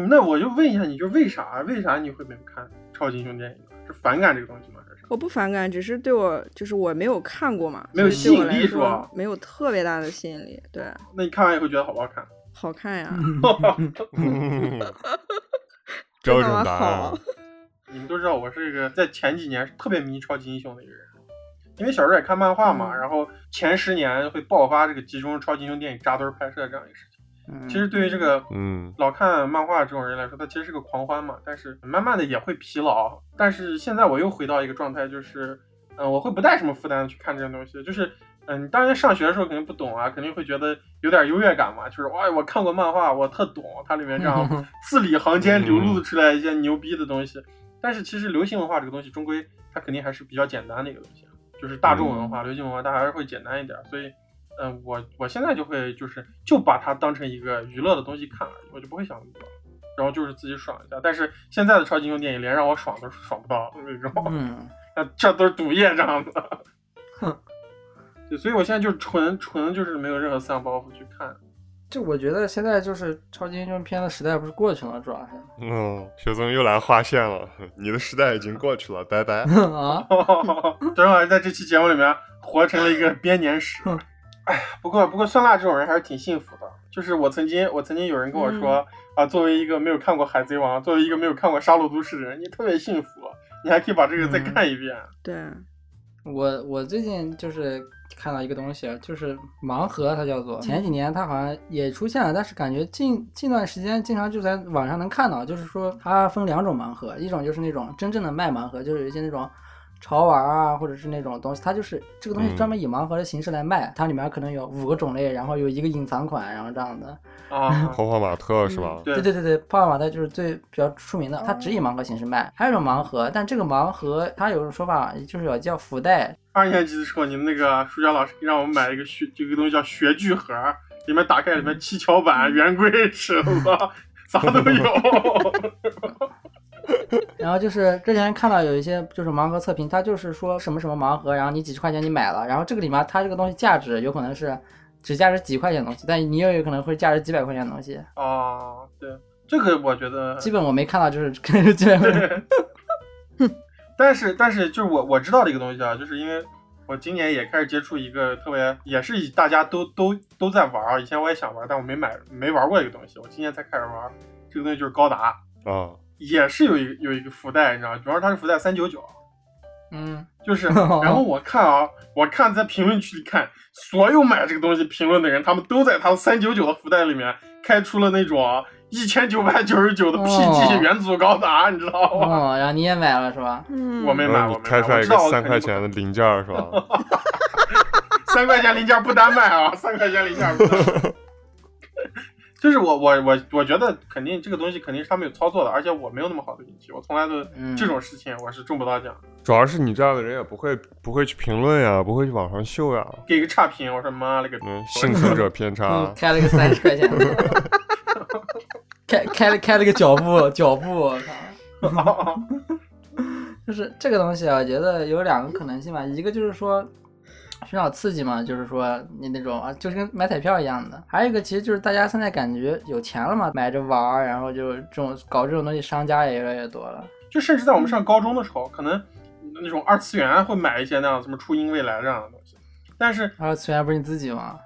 S1: 那我就问一下你，就为啥为啥你会没有看超级英雄电影呢？是反感这个东西吗？还是啥？
S4: 我不反感，只是对我就是我没有看过嘛，
S1: 没有
S4: 所以对我
S1: 吸引力
S4: 来
S1: 是吧
S4: 说没有特别大的吸引力。对，
S1: 那你看完以后觉得好不好看？
S4: 好看呀，
S1: 嗯
S3: 嗯标准答案
S4: 好，
S1: 你们都知道我是一个在前几年特别迷超级英雄的一个人，因为小时候也看漫画嘛，
S4: 嗯
S1: 然后前十年会爆发这个集中超级英雄电影扎堆拍摄这样一个事情。
S2: 嗯
S1: 其实对于这个
S3: 嗯
S1: 老看漫画这种人来说，他其实是个狂欢嘛，但是慢慢的也会疲劳。但是现在我又回到一个状态，就是，嗯、我会不带什么负担地去看这种东西，就是，嗯、你当年上学的时候肯定不懂啊，肯定会觉得有点优越感嘛，就是哇，我看过漫画，我特懂，它里面这样
S2: 嗯
S1: 字里行间流露出来一些牛逼的东西。但是其实流行文化这个东西，终归它肯定还是比较简单的一个东西，啊就是大众
S2: 嗯
S1: 文化、流行文化，它还是会简单一点儿。所以，嗯、我我现在就会就是就把它当成一个娱乐的东西看而已，我就不会想那么多了。然后就是自己爽一下，但是现在的超级英雄电影连让我爽都爽不到那种，
S2: 嗯，
S1: 那这都是赌业这样的。
S2: 哼，
S1: 对，所以我现在就是纯纯就是没有任何思想包袱去看。
S2: 就我觉得现在就是超级英雄片的时代不是过去了，主要是
S3: 嗯，雪松又来划线了，你的时代已经过去了，拜拜。
S2: 啊，
S1: 正好在这期节目里面活成了一个编年史。
S2: 哼
S1: 哎，不过不过酸辣这种人还是挺幸福的。就是我曾经我曾经有人跟我说、啊，作为一个没有看过《海贼王》，作为一个没有看过《杀戮都市》的人，你特别幸福，你还可以把这个再
S2: 嗯
S1: 看一遍。
S4: 对，
S2: 我我最近就是看到一个东西，就是盲盒，它叫做。前几年它好像也出现了，但是感觉近近段时间经常就在网上能看到，就是说它分两种盲盒，一种就是那种真正的卖盲盒，就是有一些那种。潮玩啊，或者是那种东西，它就是这个东西
S3: 嗯
S2: 专门以盲盒的形式来卖，它里面可能有五个种类，然后有一个隐藏款，然后这样的。
S1: 啊，
S3: 泡泡玛特是吧？
S1: 对
S2: 对对对对，泡泡玛特就是最比较出名的，它只以盲盒形式卖。还有一种盲盒，但这个盲盒它有一种说法，就是有叫福袋，
S1: 二年级的时候，你们那个数学老师让我们买一个学，这个东西叫学具盒，里面打开里面七巧板、圆规、尺子，啥都有。
S2: 然后就是之前看到有一些就是盲盒测评，它就是说什么什么盲盒，然后你几十块钱你买了，然后这个里面它这个东西价值有可能是只价值几块钱的东西，但你也有可能会价值几百块钱的东西。
S1: 啊，对，这个我觉得
S2: 基本我没看到就是可能是几百块 钱。
S1: 但是但是就是我我知道的一个东西啊，就是因为我今年也开始接触一个特别也是以大家都都都在玩啊，以前我也想玩，但我没买没玩过一个东西，我今年才开始玩，这个东西就是高达，
S3: 啊，
S1: 也是有一个有一个福袋，你知道吗？主要是它是福袋三九九。
S2: 嗯，
S1: 就是，然后我看啊，我看在评论区里看，所有买这个东西评论的人，他们都在他三九九的福袋里面开出了那种一千九百九十九的
S2: 哦
S1: PG 元祖高达，你知道吗？
S2: 哦，然后你也买了是吧？
S4: 嗯，
S1: 我没
S3: 然
S1: 买，
S3: 后
S1: 我
S3: 你
S1: 没买，
S3: 开出来
S1: 我
S3: 一
S1: 知道
S3: 个
S1: 我
S3: 三
S1: 肯定
S3: 块
S1: 不
S3: 钱的零件儿是吧？
S1: 三块钱零件不单卖啊，三块钱零件不单卖。 就是我我我我觉得肯定这个东西肯定是他们有操作的，而且我没有那么好的运气，我从来都
S2: 嗯
S1: 这种事情我是中不到奖的，
S3: 主要是你这样的人也不会不会去评论呀，不会去网上秀呀。
S1: 给个差评，我说妈了个逼，
S3: 嗯，幸存者偏差
S2: 嗯，，开了个三十块钱的，开开了开了个脚步脚步，我靠！就是这个东西啊，我觉得有两个可能性吧，一个就是说寻找刺激嘛，就是说你那种啊，就是跟买彩票一样的；还有一个其实就是大家现在感觉有钱了嘛，买着玩儿，然后就这种搞这种东西，商家也越来越多了。
S1: 就甚至在我们上高中的时候，可能那种二次元会买一些那样什么初音未来这样的东西，但是
S2: 然后虽然不是你自己嘛，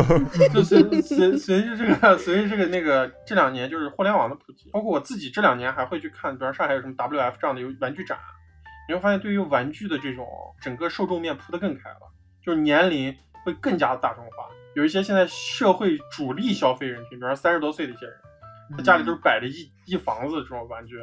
S1: 就随随随着这个随着这个那个这两年就是互联网的普及，包括我自己这两年还会去看，比如上海有什么 WF 这样的有玩具展，你会发现对于玩具的这种整个受众面铺得更开了，就是年龄会更加大众化。有一些现在社会主力消费人群，比方三十多岁的一些人，他家里都是摆着一一房子这种玩具，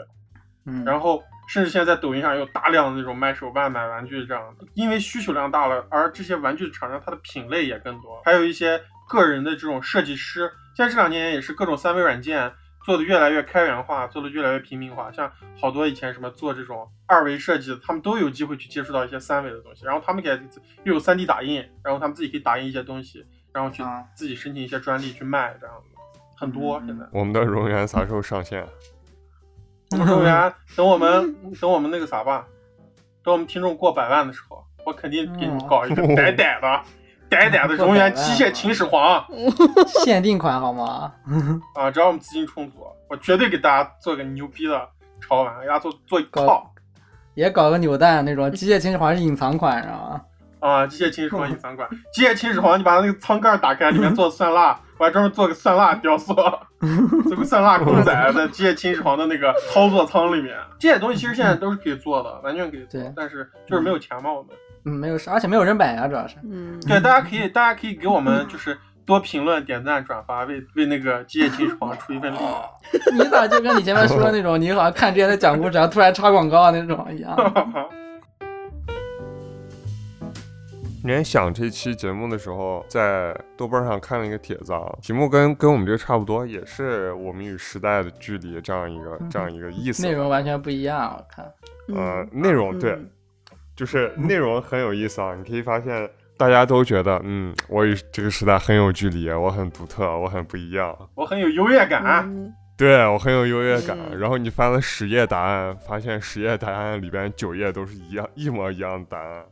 S2: 嗯，
S1: 然后甚至现在在抖音上有大量的那种卖手办、买玩具这样的，因为需求量大了，而这些玩具厂商它的品类也更多，还有一些个人的这种设计师，现在这两年也是各种三维软件做的越来越开源化，做的越来越平民化，像好多以前什么做这种二维设计的，他们都有机会去接触到一些三维的东西，然后他们给又有 3D 打印，然后他们自己可以打印一些东西，然后去
S2: 啊
S1: 自己申请一些专利去卖这样子，很多
S2: 嗯
S1: 现在。
S3: 我们的熔岩啥时候上线？
S2: 嗯
S1: 肉圆，等我们等我们那个啥吧，等我们听众过百万的时候，我肯定给你们搞一
S2: 嗯
S1: 个逮逮的、逮逮的熔岩机械秦始皇
S2: 嗯限定款好吗？
S1: 啊！只要我们资金充足，我绝对给大家做个牛逼的潮玩，给大家做做一
S2: 搞
S1: 套
S2: 也搞个扭蛋那种，机械秦始皇是隐藏款，知道吗？
S1: 啊，机械秦始皇隐藏 款，机械秦始皇，你把它那个舱盖打开，里面做蒜蜡，我还专门做个蒜蜡雕 塑，做个蒜蜡公仔在机械秦始皇的那个操作舱里面。这些东西其实现在都是可以做的，完全可以做
S2: 对，
S1: 但是就是没有钱嘛，我们。
S2: 嗯，没有事，而且没有人买啊呀、主要是。
S4: 嗯，
S1: 对，大家可以，大家可以给我们就是多评论、点赞、转发，为为那个机械秦始皇出一份力。
S2: 你咋就跟你前面说的那种，你好像看之前在讲故事，然后突然插广告那种 一样？
S3: 你在想这期节目的时候，在豆瓣上看了一个帖子啊，题目跟跟我们这个差不多，也是我们与时代的距离这样一个这样一个意
S2: 嗯
S3: 思
S2: 内。容完全不一样，我看。
S3: 呃，内容对，
S4: 嗯
S3: 就是内容很有意思啊，你可以发现。大家都觉得，嗯，我与这个时代很有距离，我很独特，我很不一样，
S1: 我很有优越感。啊
S4: 嗯
S3: 对我很有优越感。
S4: 嗯
S3: 然后你翻了十页答案，发现十页答案里边九页都是一样一模一样的答案。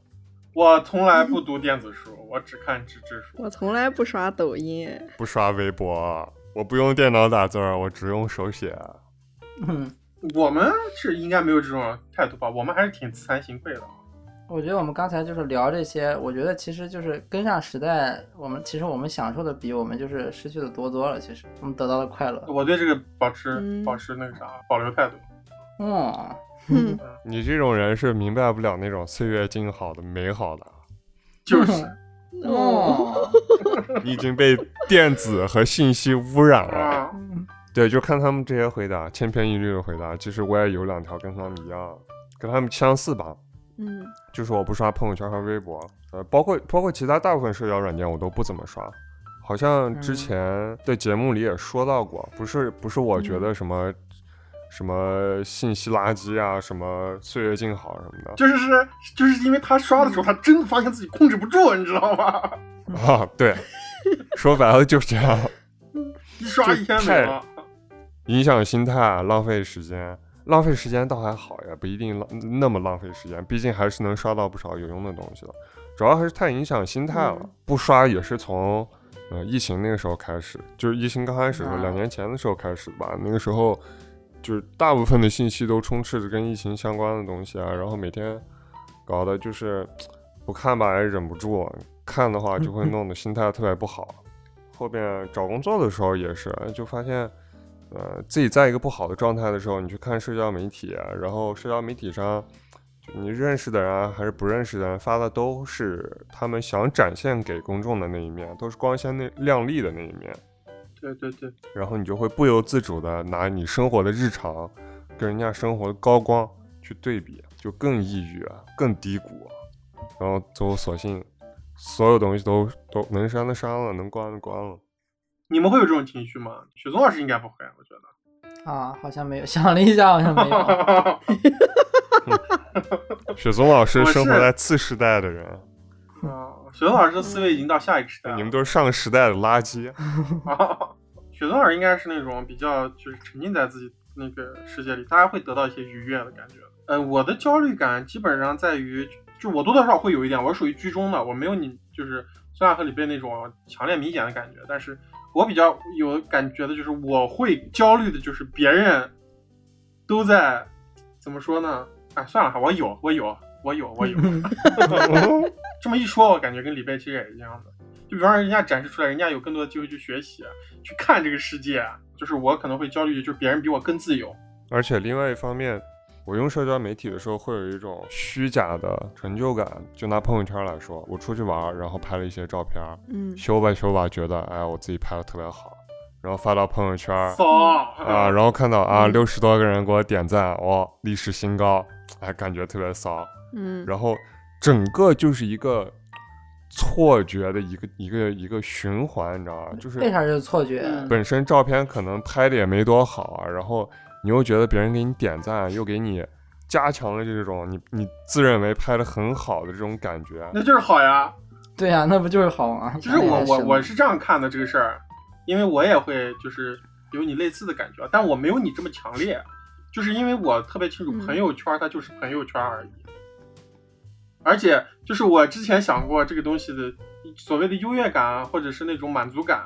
S1: 我从来不读电子书，我只看纸质书。
S4: 我从来不刷抖音，
S3: 不刷微博，我不用电脑打字儿，我只用手写。
S2: 嗯，
S1: 我们是应该没有这种态度吧？我们还是挺自惭形秽的。
S2: 我觉得我们刚才就是聊这些，我觉得其实就是跟上时代，我们其实我们享受的比我们就是失去的多多了。其实我们得到的快乐，
S1: 我对这个保持、
S4: 嗯
S1: 保持那个啥保留态度。
S2: 嗯，
S4: 哼
S3: 你这种人是明白不了那种岁月静好的美好的，
S1: 就是
S2: 哦，
S3: 你已经被电子和信息污染了。
S1: 啊，
S3: 对，就看他们这些回答，千篇一律的回答。其实我也有两条跟他们一样，跟他们相似吧，
S4: 嗯
S3: 就是我不刷朋友圈和微博，呃，包括包括其他大部分社交软件我都不怎么刷。好像之前在节目里也说到过，不是不是，我觉得什么、什么信息垃圾啊，什么岁月静好什么的，
S1: 就是是就是因为他刷的时候，他真的发现自己控制不住，你知道吗？
S3: 啊，对，说白了就是这样，
S1: 一刷一天没了。
S3: 影响心态，啊浪费时间，浪费时间倒还好呀，不一定浪那么浪费时间，毕竟还是能刷到不少有用的东西的。主要还是太影响心态了，
S4: 嗯
S3: 不刷也是从呃疫情那个时候开始，就是疫情刚开始的时候，
S2: 啊
S3: 两年前的时候开始吧，那个时候就是大部分的信息都充斥着跟疫情相关的东西啊，然后每天搞得就是不看吧也忍不住，看的话就会弄得心态特别不好。后边找工作的时候也是，哎就发现，呃，自己在一个不好的状态的时候，你去看社交媒体，啊然后社交媒体上，就你认识的人啊还是不认识的人发的都是他们想展现给公众的那一面，都是光鲜那亮丽的那一面，
S1: 对对对，
S3: 然后你就会不由自主的拿你生活的日常跟人家生活的高光去对比，就更抑郁，啊更低谷，啊然后就索性所有东西都都能删的删了，能关的关了。
S1: 你们会有这种情绪吗？许嵩老师应该不会，我觉得。
S2: 啊，好像没有，想了一下，好像没有。
S3: 雪松老师
S1: 我是
S3: 生活在次时代的人，
S1: 啊，许嵩老师的思维已经到下一个时
S4: 啊
S1: 代了。
S3: 你们都是上个时代的垃圾。
S1: 啊， 雪松老师应该是那种比较就是沉浸在自己那个世界里，大家会得到一些愉悦的感觉。呃，我的焦虑感基本上在于，就我多多少少会有一点，我属于居中的，我没有你就是酸辣和李贝那种强烈明显的感觉，但是我比较有感觉的就是我会焦虑的，就是别人都在怎么说呢？哎，算了哈，我有，我有，我有，我有。这么一说，我感觉跟李贝其实也一样的。就比方说，人家展示出来，人家有更多的机会去学习，去看这个世界。就是我可能会焦虑，就是别人比我更自由。
S3: 而且另外一方面，我用社交媒体的时候会有一种虚假的成就感。就拿朋友圈来说，我出去玩儿，然后拍了一些照片儿，
S4: 嗯
S3: 修吧修吧，觉得哎我自己拍的特别好，然后发到朋友圈儿
S1: 骚
S3: 啊，
S1: 啊
S3: 然后看到啊
S4: 嗯
S3: 六十多个人给我点赞，哇、历史新高，哎感觉特别骚。
S4: 嗯，
S3: 然后整个就是一个错觉的一个一个一个循环，你知道吧？就是
S2: 为啥是错觉？
S1: 嗯
S3: 本身照片可能拍的也没多好啊，然后你又觉得别人给你点赞，啊又给你加强了这种你你自认为拍的很好的这种感觉。啊
S1: 那就是好呀。
S2: 对呀、那不就是好吗？
S1: 就是我我我
S2: 是
S1: 是这样看的这个事儿，因为我也会就是有你类似的感觉，但我没有你这么强烈，就是因为我特别清楚
S4: 嗯
S1: 朋友圈它就是朋友圈而已，而且就是我之前想过这个东西的所谓的优越感啊，或者是那种满足感，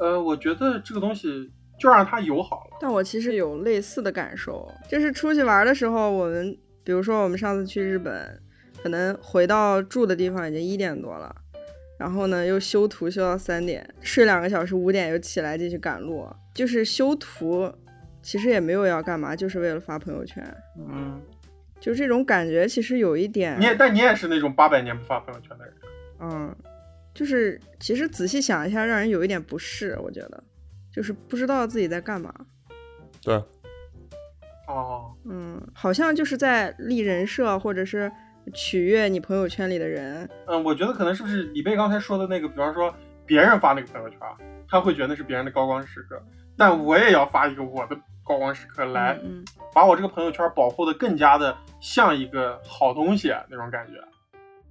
S1: 呃，我觉得这个东西就让它有好了。
S4: 但我其实有类似的感受，就是出去玩的时候，我们比如说我们上次去日本，可能回到住的地方已经一点多了，然后呢又修图修到三点，睡两个小时，五点又起来继续赶路，就是修图其实也没有要干嘛，就是为了发朋友圈，
S2: 嗯，
S4: 就这种感觉其实有一点
S1: 你，也，但你也是那种八百年不发朋友圈的人。
S4: 嗯，就是其实仔细想一下，让人有一点不适，我觉得就是不知道自己在干嘛。
S3: 对，
S1: 哦，
S4: 嗯，好像就是在立人设，或者是取悦你朋友圈里的人。
S1: 嗯，我觉得可能是不是李贝刚才说的那个，比方说别人发那个朋友圈，啊他会觉得那是别人的高光时刻，但我也要发一个我的高光时刻来，
S4: 嗯，
S1: 把我这个朋友圈保护的更加的像一个好东西啊那种感觉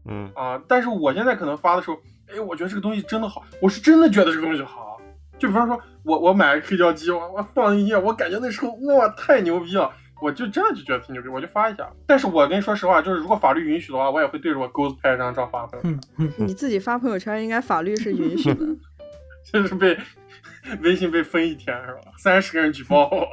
S3: 嗯，
S1: 啊、但是我现在可能发的时候，哎，我觉得这个东西真的好，我是真的觉得这个东西好。就比方说我我买黑胶机，我我放音乐，我感觉那时候哇太牛逼了。我就真的就觉得挺牛逼，我就发一下。但是我跟你说实话，就是如果法律允许的话，我也会对着我钩子拍一张照发朋友圈
S4: 嗯你自己发朋友圈，应该法律是允许的。
S1: 就是被 微信被封一天是吧？三十个人举报我，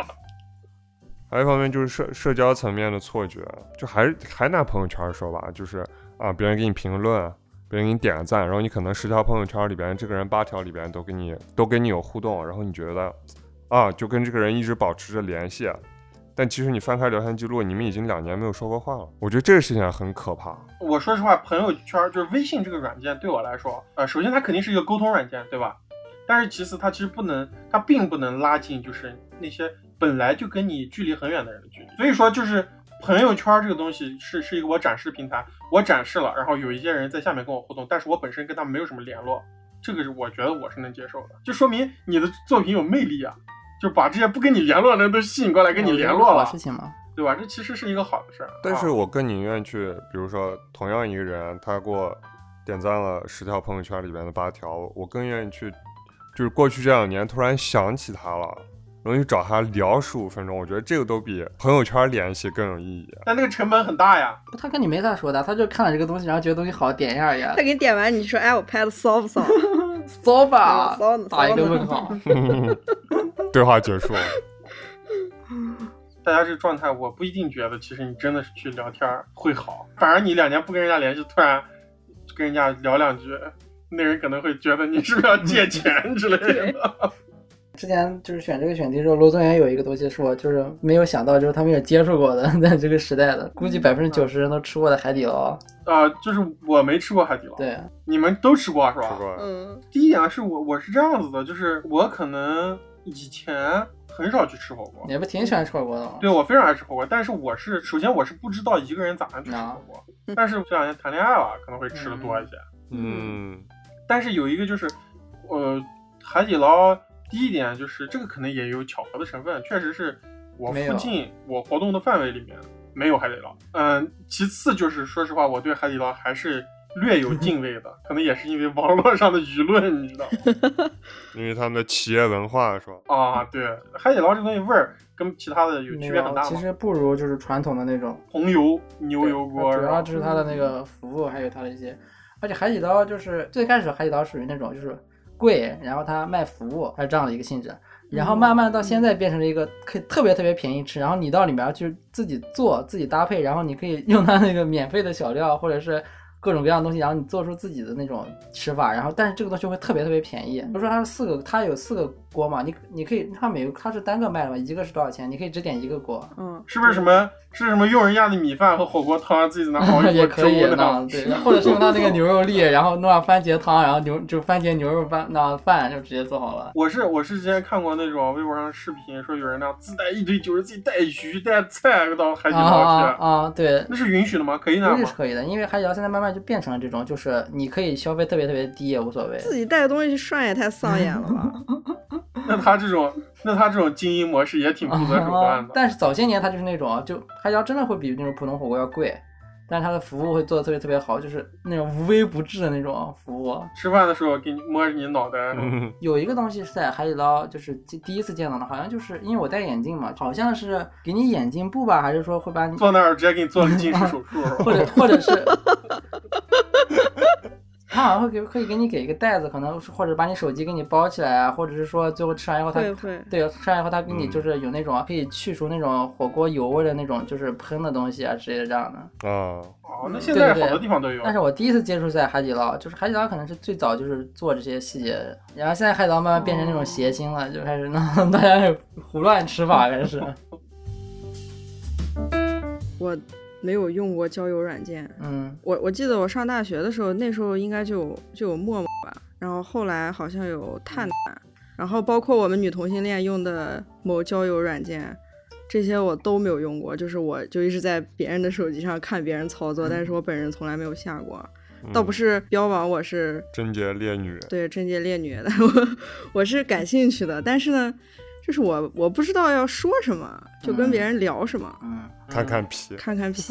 S3: 还有一方面就是社社交层面的错觉，就还是还拿朋友圈说吧，就是啊，别人给你评论，别人给你点赞，然后你可能十条朋友圈里边，这个人八条里边都跟你都跟你有互动，然后你觉得啊，就跟这个人一直保持着联系，啊但其实你翻开聊天记录，你们已经两年没有说过话了。我觉得这个事情很可怕。
S1: 我说实话，朋友圈就是微信这个软件对我来说，呃，首先它肯定是一个沟通软件，对吧？但是其次，它其实不能，它并不能拉近就是那些本来就跟你距离很远的人的距离。所以说，就是朋友圈这个东西是是一个我展示平台，我展示了，然后有一些人在下面跟我互动，但是我本身跟他们没有什么联络，这个是我觉得我是能接受的，就说明你的作品有魅力啊，就把这些不跟你联络的人都吸引过来跟你联络
S2: 好
S1: 了
S2: 事。情嘛，
S1: 对吧？这其实是一个好的事儿。
S3: 但是
S1: 啊
S3: 我更宁愿去，比如说同样一个人，他给我点赞了十条朋友圈里边的八条，我更愿意去，就是过去这两年突然想起他了，然后去找他聊十五分钟，我觉得这个都比朋友圈联系更有意义。
S1: 但那个成本很大呀。
S2: 不他跟你没啥说的，他就看了这个东西，然后觉得东西好点一下而已啊
S4: 他，给你点完，你说哎，我拍的骚不骚？
S2: 骚吧
S4: 骚呢，
S2: 打一个
S4: 骚呢
S2: 问号。
S3: 对话结束，
S1: 大家这状态，我不一定觉得，其实你真的是去聊天儿会好。反而你两年不跟人家联系，突然跟人家聊两句，那人可能会觉得你是不是要借钱之类的。
S2: 之前就是选这个选题的时候，罗宗元有一个东西是我就是没有想到，就是他们也接触过的， 在这个时代
S1: 嗯
S2: 的，估计百分之九十人都吃过的海底捞。
S1: 啊、就是我没吃过海底捞，
S2: 对，
S1: 你们都吃过是吧？
S3: 是吧？
S4: 嗯
S1: 第一点是我我是这样子的，就是我可能以前很少去吃火锅，
S2: 你不挺喜欢吃火锅的吗？哦
S1: 对我非常爱吃火锅，但是我是首先我是不知道一个人咋样去吃火锅，
S4: 嗯
S1: 但是这两年谈恋爱了，可能会吃的多一些。
S3: 嗯，
S1: 但是有一个就是，呃，海底捞第一点就是这个可能也有巧合的成分，确实是我
S2: 没
S1: 附
S2: 有
S1: 近我活动的范围里面没有海底捞。嗯，其次就是说实话，我对海底捞还是略有敬畏 的，可能也是因为网络上的舆论，你知道吗？
S3: 因为他们的企业文化是吧？
S1: 啊，对，海底捞这东西味儿跟其他的有区别很大
S2: 其
S1: 嘛，
S2: 实不如就是传统的那种
S1: 红油牛油锅，
S2: 主
S1: 然
S2: 要
S1: 后
S2: 就是它的那个服务，还有它的一些，而且海底捞就是最开始海底捞属于那种就是贵，然后它卖服务，它是这样的一个性质。然后慢慢到现在变成了一个可以特别特别便宜吃，然后你到里面去自己做自己搭配，然后你可以用它那个免费的小料或者是各种各样的东西，然后你做出自己的那种吃法，然后但是这个东西会特别特别便宜。比如说它是四个，它有四个锅嘛，你你可以它每个它是单个卖的嘛，一个是多少钱，你可以只点一个锅，
S4: 嗯，
S1: 是不是什么是什么用人家的米饭和火锅汤，自己在那 熬一锅
S2: 也可以啊
S1: 粥
S2: 呢
S1: 呢，？
S2: 对，或者是用到那个牛肉粒，然后弄上番茄汤，然后牛就番茄牛肉饭那饭就直接做好了。
S1: 我是我是之前看过那种微博上的视频，说有人那样自带一堆酒，自己带鱼带菜到海底
S2: 啊
S1: 捞
S2: 啊
S1: 去，
S2: 啊！对，
S1: 那是允许的吗？可以那
S2: 估
S1: 样
S2: 计
S1: 吗
S2: 是？可以的，因为海底捞现在慢慢就变成了这种，就是你可以消费特别特别低也无所谓。
S4: 自己带东西去涮也太丧眼了吧？
S1: 那他这种那他这种经营模式也挺不择手段
S2: 啊
S1: 的。
S2: 但是早些年它就是那种，啊就海底捞真的会比那种普通火锅要贵，但是它的服务会做的特别特别好，就是那种无微不至的那种啊服务。
S1: 吃饭的时候给你摸着你脑袋，
S3: 嗯，
S2: 有一个东西是在海底捞，就是第第一次见到的，好像就是因为我戴眼镜嘛，好像是给你眼镜布吧，还是说会把你
S1: 坐那儿直接给你做个近视手术，
S2: 或者或者是， 他好像会给可以给你给一个袋子，可能是或者把你手机给你包起来啊，或者是说最后吃完以后他
S4: 会会，
S2: 对，吃完以后他给你
S3: 嗯
S2: 就是有那种可以去除那种火锅油味的那种就是喷的东西啊之类的这样的。
S3: 啊，
S1: 哦，那现在
S2: 对对
S1: 好多地方都有
S2: 但。是我第一次接触在海底捞，就是海底捞可能是最早就是做这些细节的，然后现在海底捞慢慢变成
S4: 哦
S2: 那种谐星了，就开始弄 大家胡乱吃法开始。
S4: 我没有用过交友软件。
S2: 嗯
S4: 我我记得我上大学的时候，那时候应该就有就有陌陌吧，然后后来好像有探探，然后包括我们女同性恋用的某交友软件，这些我都没有用过，就是我就一直在别人的手机上看别人操作，
S2: 嗯
S4: 但是我本人从来没有下过，
S3: 嗯
S4: 倒不是标榜我是
S3: 贞洁烈女，
S4: 对贞洁烈女的， 我我是感兴趣的，但是呢，就是我我不知道要说什么，就跟别人聊什么。
S2: 嗯，
S3: 看看皮，
S4: 看看 P，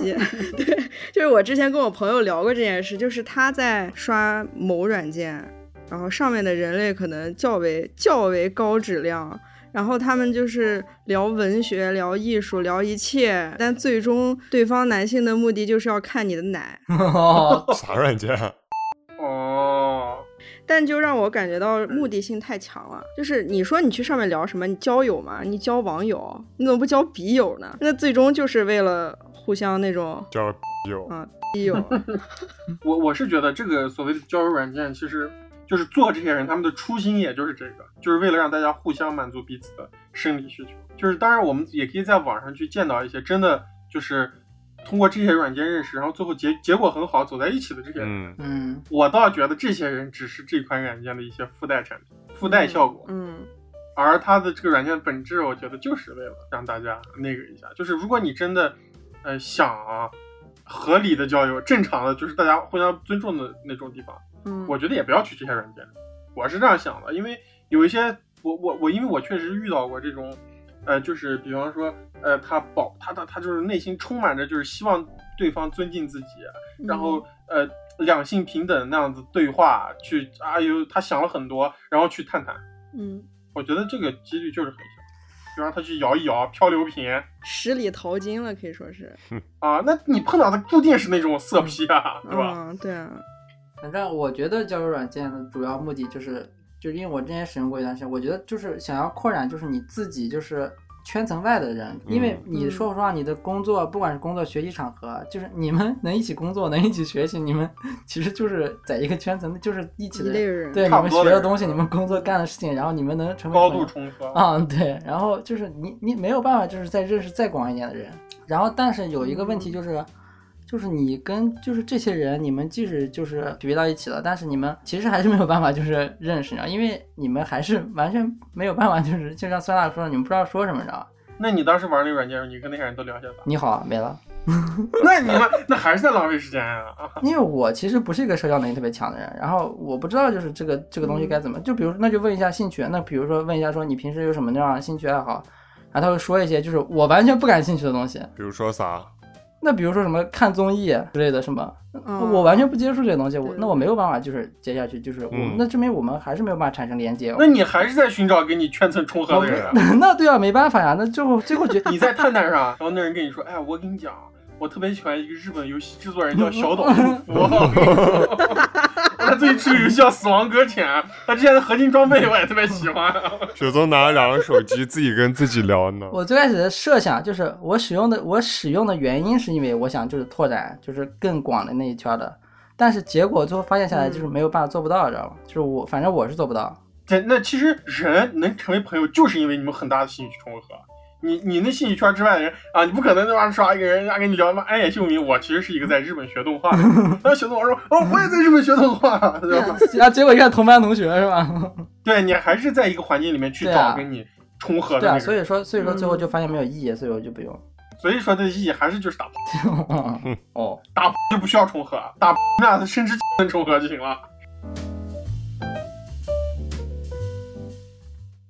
S4: 对，就是我之前跟我朋友聊过这件事，就是他在刷某软件，然后上面的人类可能较为较为高质量，然后他们就是聊文学、聊艺术、聊一切，但最终对方男性的目的就是要看你的奶，
S1: 嗯
S3: 啥软件啊？
S1: 哦，
S4: 但就让我感觉到目的性太强了。就是你说你去上面聊什么，你交友吗？你交网友，你怎么不交笔友呢？那最终就是为了互相那 种
S3: 叫 有
S4: 啊笔友。
S1: 我我是觉得这个所谓的交友软件，其实就是做这些人他们的初心，也就是这个，就是为了让大家互相满足彼此的生理需求。就是当然，我们也可以在网上去见到一些真的就是通过这些软件认识，然后最后结结果很好走在一起的这些人。
S3: 嗯，
S2: 嗯，
S1: 我倒觉得这些人只是这款软件的一些附带产品、附带效果，
S4: 嗯，
S1: 而它的这个软件本质，我觉得就是为了让大家那个一下。就是如果你真的，呃，想啊，合理的交友，正常的，就是大家互相尊重的那种地方，
S4: 嗯，
S1: 我觉得也不要去这些软件。我是这样想的，因为有一些我我我，因为我确实遇到过这种，呃，就是比方说，呃，他保他他他就是内心充满着就是希望对方尊敬自己，
S4: 嗯
S1: 然后呃两性平等那样子对话，去哎呦他想了很多，然后去探探，
S4: 嗯，
S1: 我觉得这个几率就是很小，就让他去摇一摇漂流瓶
S4: 十里淘金了，可以说是，
S1: 啊，那你碰到的注定是那种色批 啊，对吧？
S4: 嗯，对啊，
S2: 反正我觉得交友软件的主要目的就是，就是因为我之前使用过一段时间，我觉得就是想要扩展，就是你自己就是圈层外的人，因为你
S4: 嗯
S2: 说实话，你的工作不管是工作、学习场合，就是你们能一起工作，能一起学习，你们 其实就是在一个圈层，就是一起
S4: 一
S2: 的
S4: 类人，
S2: 对，你
S1: 差不
S2: 们
S1: 多
S2: 学
S1: 的
S2: 的
S1: 人嗯
S2: 东西，你们工作干的事情，然后你们能成为
S1: 高
S2: 朋
S1: 度
S2: 友
S1: 重合，
S2: 啊、对，然后就是你你没有办法，就是再认识再广一点的人，然后但是有一个问题就是，就是你跟就是这些人，你们即使就是匹配到一起了，但是你们其实还是没有办法就是认识，你知道，因为你们还是完全没有办法，就是就像酸辣说的，你们不知道说什么，你知道吧？
S1: 那你当时玩那个软件，你跟那些人都聊些啥？
S2: 你好，啊没了。
S1: 那你们那还是在浪费时间啊！啊
S2: 因为我其实不是一个社交能力特别强的人，然后我不知道就是这个这个东西该怎么，就比如那就问一下兴趣，那比如说问一下说你平时有什么那样的兴趣爱好，然后他会说一些就是我完全不感兴趣的东西，
S3: 比如说啥？
S2: 那比如说什么看综艺啊之类的什么，
S4: 嗯
S2: 我完全不接触这些东西，我
S4: 对
S2: 那我没有办法就是接下去，就是我、
S3: 嗯
S2: 那证明我们还是没有办法产生连接。
S1: 那你还是在寻找跟你圈层重合的人啊。
S2: 那对啊，没办法呀，那最后最后觉
S1: 你在探探上，然后那人跟你说，哎，我跟你讲，我特别喜欢一个日本游戏制作人叫 小岛秀夫，我跟你说 他最近出个游戏叫《死亡搁浅》，他之前的合金装备我也特别喜欢。
S3: 雪宗拿了两个手机，自己跟自己聊呢。
S2: 我最开始的设想就是我使用的我使用的原因是因为我想就是拓展就是更广的那一圈的，但是结果最后发现下来就是没有办法做不到，知道吗？就是我反正我是做不到。
S1: 对，那其实人能成为朋友，就是因为你们有很大的兴趣重合。你你那兴趣圈之外的人啊，你不可能他妈刷一个人，人家跟你聊他妈安野秀明，我其实是一个在日本学动画的，然后学动画说，哦，我也在日本学动画，对吧？
S2: 然啊后结果一看同班同学是吧？
S1: 对你还是在一个环境里面去
S2: 对
S1: 找
S2: 啊
S1: 跟你重合的
S2: 对
S1: 那
S2: 啊，
S1: 个
S2: 所
S1: 人，
S2: 以说所以说最后就发现没有意义，所以我就不用。
S1: 所以说的意义还是就是打炮。嗯
S2: 哦，
S1: 打就不需要重合，打那甚至重合就行了。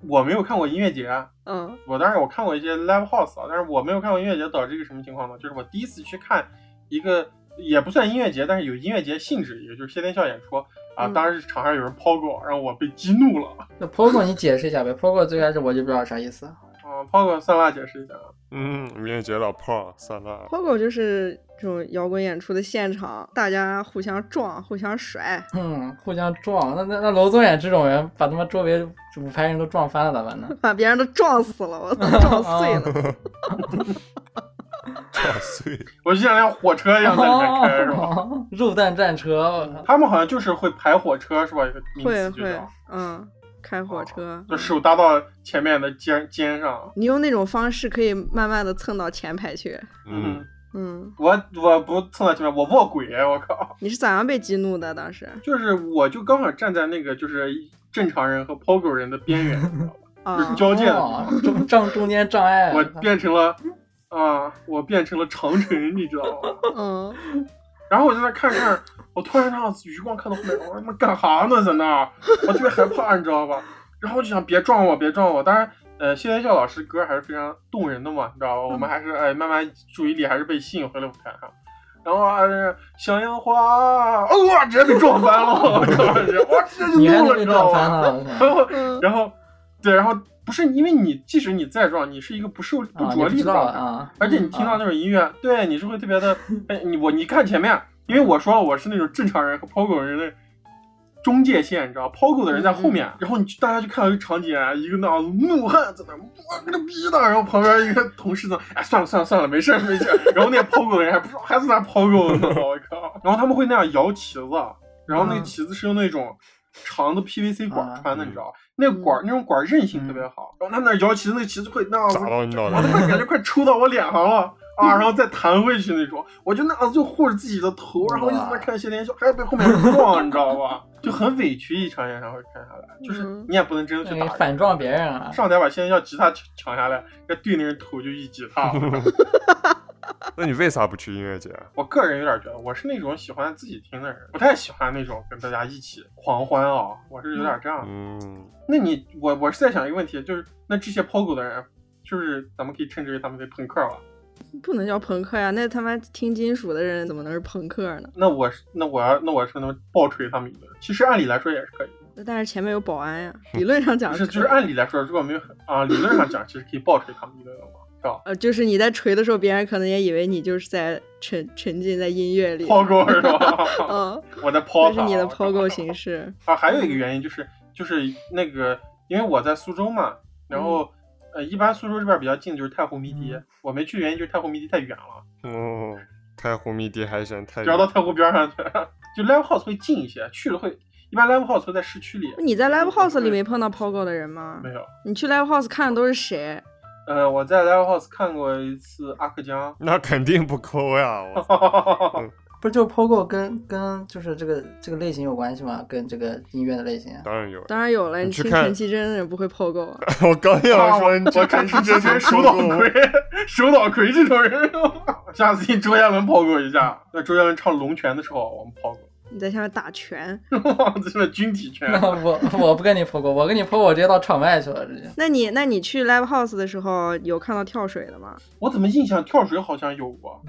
S1: 我没有看过音乐节， 啊
S4: 嗯
S1: 我当然我看过一些 live house 啊，但是我没有看过音乐节，导致一个什么情况呢？就是我第一次去看一个也不算音乐节，但是有音乐节性质，也就是谢天笑演出啊。
S4: 嗯
S1: 当时场上有人抛狗，然后我被激怒了。
S2: 那 Pogo 你解释一下呗，Pogo 最开始我就不知道啥意思。
S1: 啊，抛狗算辣解释一下啊。
S3: 嗯，音乐节老炮儿，算了，
S4: ，Pogo 就是这种摇滚演出的现场，大家互相撞、互相甩，
S2: 嗯，互相撞，那那那楼宗远这种人，把他妈周围五排人都撞翻了咋办呢？
S4: 把别人都撞死了，我操，撞碎了。
S2: 啊
S3: 撞碎。
S1: 我就想像火车一样在里面开，是吧？嗯
S2: 哦肉弹战车，我靠！
S1: 他们好像就是会排火车，是吧？有个名
S4: 会
S1: 词就哦
S4: 会
S1: 叫，，
S4: 嗯，开火车，
S1: 就手搭到前面的肩肩上。
S4: 你用那种方式可以慢慢的蹭到前排去。
S3: 嗯，，
S4: 嗯，
S1: 我我不蹭到前面，我卧轨，我靠！
S4: 你是咋样被激怒的？当 时
S1: 就是我就刚好站在那个就是正常人和抛狗人的边 缘，你知道吧就是
S4: 啊，
S1: 交界的地方
S2: 哇，哦中障中间障碍，
S1: 我
S2: 靠
S1: 变成了啊，我变成了长城，你知道吗？
S4: 嗯，
S1: 然后我在那看看，我突然这样子余光看到后面，我说他妈干哈呢，在那儿，我特别害怕，你知道吧？然后我就想别撞我，别撞我。当然，呃，谢天笑老师歌还是非常动人的嘛，你知道吧？我们还是哎，慢慢注意力还是被吸引回了舞台上。然后啊，呃小樱花，哦哇，直接被撞翻了，我靠！我直接就
S2: 你还
S1: 怒
S2: 能
S1: 了，
S2: 被
S1: 你知道啊
S2: 撞翻
S1: 吗？
S2: 了，我靠
S1: 然后
S4: 嗯
S1: 然后，对，然后不是因为你，即使你再撞，你是一个不受不
S2: 啊，你
S1: 着
S2: 不
S1: 力
S2: 知
S1: 的
S2: 道
S1: 状态，
S2: 啊，
S1: 而且你听到那种音乐，对，你是会特别 的，哎，你我你看前面，因为我说了我是那种正常人和抛狗人的中界线，你知道，抛狗的人在后
S2: 嗯
S1: 面，然后你去大家就看到一个场景，啊，一个那样子怒汉在那，我个逼的，然后旁边一个同事呢，哎，算了算了算了，没事儿没事儿，然后那个抛狗的人还不知道还在那抛狗呢，我靠，然后他们会那样摇旗子，啊然后那个
S2: 嗯
S1: 旗子是用那种。长的 PVC 管
S2: 啊嗯
S1: 穿的，你知道吧？那个管那种管韧性特别好，然后他那摇旗子，那个旗子会那样子
S3: 砸到你脑
S1: 我
S3: 袋
S1: 他。妈感觉快抽到我脸上了啊！然后再弹回去那种，我就那样子就护着自己的头，然后一直在看谢天笑，还哎是被后面人撞，你知道吧？就很委屈，一场演唱会看下来，就是
S4: 嗯
S1: 你也不能真的去
S2: 你
S1: 打人。
S2: 反撞别人啊，
S1: 上台把谢天笑吉他抢抢下来，再对那人头就一吉他。
S3: 那你为啥不去音乐节？啊
S1: 我个人有点觉得，我是那种喜欢自己听的人，不太喜欢那种跟大家一起狂欢啊、我是有点这样的。
S3: 嗯，
S1: 那你我我是在想一个问题，就是那这些抛狗的人，就是咱们可以称之为他们为朋克吧？
S4: 不能叫朋克呀，那他妈听金属的人怎么能是朋克呢？
S1: 那我是那我要那我是能暴锤他们一顿。其实按理来说也是可以，
S4: 但是前面有保安呀，理论上讲
S1: 不是
S4: 可
S1: 就是
S4: 以
S1: 按理来说，如果没有啊，理论上讲其实可以暴锤他们一顿的嘛，是吧？
S4: 呃，就是你在锤的时候，别人可能也以为你就是在沉沉浸在音乐里，
S1: 抛狗是吧？
S4: 嗯，
S1: 我在抛
S4: 这
S1: 他，
S4: 是你的
S1: 我靠
S4: 抛狗形式。
S1: 啊。还有一个原因就是就是那个，因为我在苏州嘛，然后
S4: 嗯
S1: 呃，一般苏州这边比较近就是太湖迷笛，
S2: 嗯
S1: 我没去原因就是太湖迷笛太远了，
S3: 哦，太湖迷笛还嫌太
S1: 只要到太湖边上去，就 live house 会近一些，去了会一般 live house 会在市区里，
S4: 你在 live house 里没碰到抛狗的人吗
S1: 没？有。
S4: 你去 live house 看的都是谁？
S1: 呃，我在 live house 看过一次阿克江。
S3: 那肯定不抠呀！我 操
S2: 不是就是 POGO 跟跟就是这个这个类型有关系吗？跟这个音乐的类型，啊
S3: 当然有。
S4: 当然有了，你
S3: 你去
S4: 听
S3: 看
S4: 陈绮贞的人不会抛狗啊。
S3: 我刚要说，你
S1: 我真是真是手倒
S3: 亏。
S1: 魁，手倒魁这种人， 下次听周杰伦抛过一下。那周杰伦唱《龙拳》的时候，我们抛
S4: 你在下面打拳，
S1: 过，真的军体拳。
S2: 那 我我不跟你 POGO，我跟你 POGO 我直接到场外去了，直接。
S4: 那你那你去 live house 的时候有看到跳水的吗？
S1: 我怎么印象跳水好像有过？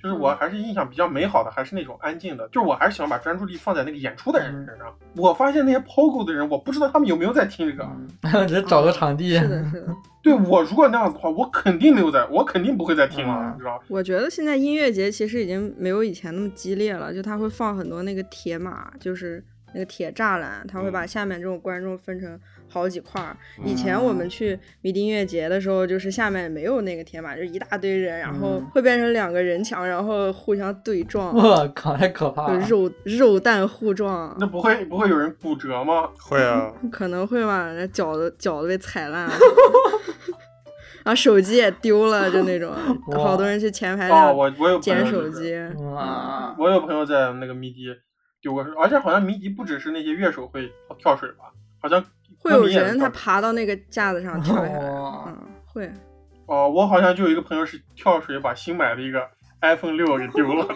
S1: 就是我还是印象比较美好的，还是那种安静的，就是我还是喜欢把专注力放在那个演出的人身上。我发现那些抛过的人，我不知道他们有没有在听这个。
S2: 嗯， 只是找个场地。
S4: 是的，是的。
S1: 对我如果那样子的话，我肯定没有在，我肯定不会再听了，
S2: 嗯
S1: 你知道吧？
S4: 我觉得现在音乐节其实已经没有以前那么激烈了，就他会放很多那个铁马，就是那个铁栅栏，他会把
S3: 嗯
S4: 下面这种观众分成好几块儿。
S3: 嗯
S4: 以前我
S1: 哦
S4: 们去迷笛音乐节的时候，就是下面没有那个铁马，就一大堆人，然后
S2: 嗯
S4: 会变成两个人墙，然后互相对撞，
S2: 我靠，太可怕
S4: 嗯就
S2: 了！
S4: 肉肉弹互撞
S1: 那。不会不会有人骨折吗？
S3: 会啊，
S4: 可能会把人脚都脚都被踩 烂了，然后手机也丢了，就那种，
S2: 哇
S4: 好多人去前排
S1: 哦，
S4: 那
S1: 我我有朋友
S4: 捡
S1: 就
S4: 手
S1: 是嗯
S4: 机。
S2: 哇，
S1: 我有朋友在那个迷笛丢过水，而且好像迷笛不只是那些乐手会跳水吧，好像
S4: 会有
S1: 歌迷也
S4: 人
S1: 跳
S4: 他
S1: 水
S4: 爬到那个架子
S2: 哦
S4: 上跳下来，
S2: 哇
S4: 嗯，会。
S1: 哦，我好像就有一个朋友是跳水把新买的一个 iPhone 六给丢了，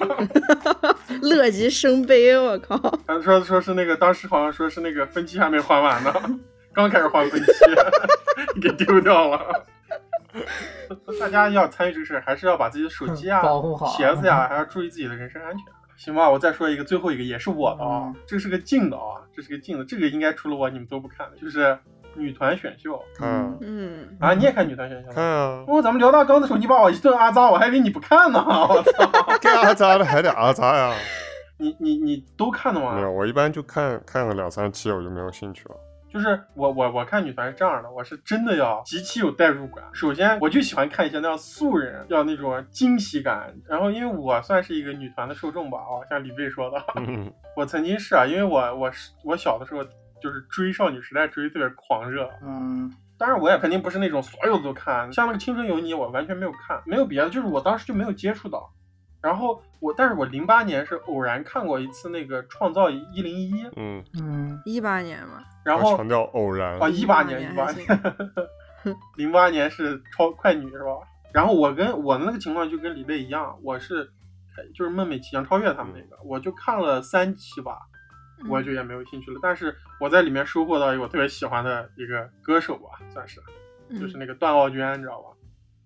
S4: 乐极生悲，我靠！
S1: 他说说是那个当时好像说是那个分期还没还完呢，刚开始还分期 给丢掉了。 大家要参与这个事儿，还是要把自己的手机啊、
S2: 保护好
S1: 鞋子呀、还要注意自己的人身安全。行吧，我再说一个，最后一个也是我的啊、
S2: 嗯
S1: 这是个近的啊，这是个近的，这个应该除了我你们都不看的，就是女团选秀
S3: 看啊
S4: 嗯，
S1: 啊，你也看女团选秀吗？
S3: 看啊，
S1: 不过咱们聊大纲的时候，你把我一顿阿扎，我还以为你不看呢。我操，
S3: 该阿扎的还得阿扎呀。
S1: 你你你都看的
S3: 没
S1: 吗？
S3: 有，我一般就看看个两三期我就没有兴趣了。
S1: 就是我我我看女团是这样的，我是真的要极其有代入感。首先，我就喜欢看一些那样素人，要那种惊喜感。然后，因为我算是一个女团的受众吧，哦，像李贝说的，
S3: 嗯
S1: 我曾经是啊，因为我我是我小的时候就是追少女时代追得特别狂热，
S2: 嗯
S1: 当然，我也肯定不是那种所有的都看，像那个《青春有你》，我完全没有看，没有别的，就是我当时就没有接触到。然后我，但是我零八年是偶然看过一次那个《创造一零一》，
S3: 嗯，
S2: 嗯
S4: 一八年嘛，
S1: 然
S3: 我
S1: 后
S3: 强调偶然。
S1: 啊，一八年，一
S4: 18
S1: 八
S4: 还
S1: 年
S4: 行，
S1: 零八年是超快女是吧？然后我跟我的那个情况就跟李贝一样，我是就是孟美岐、杨超越他们那个，我就看了三期吧，
S4: 嗯
S1: 我就也没有兴趣了。但是我在里面收获到一个我特别喜欢的一个歌手吧，算是。
S4: 嗯
S1: 就是那个段奥娟，你知道吧？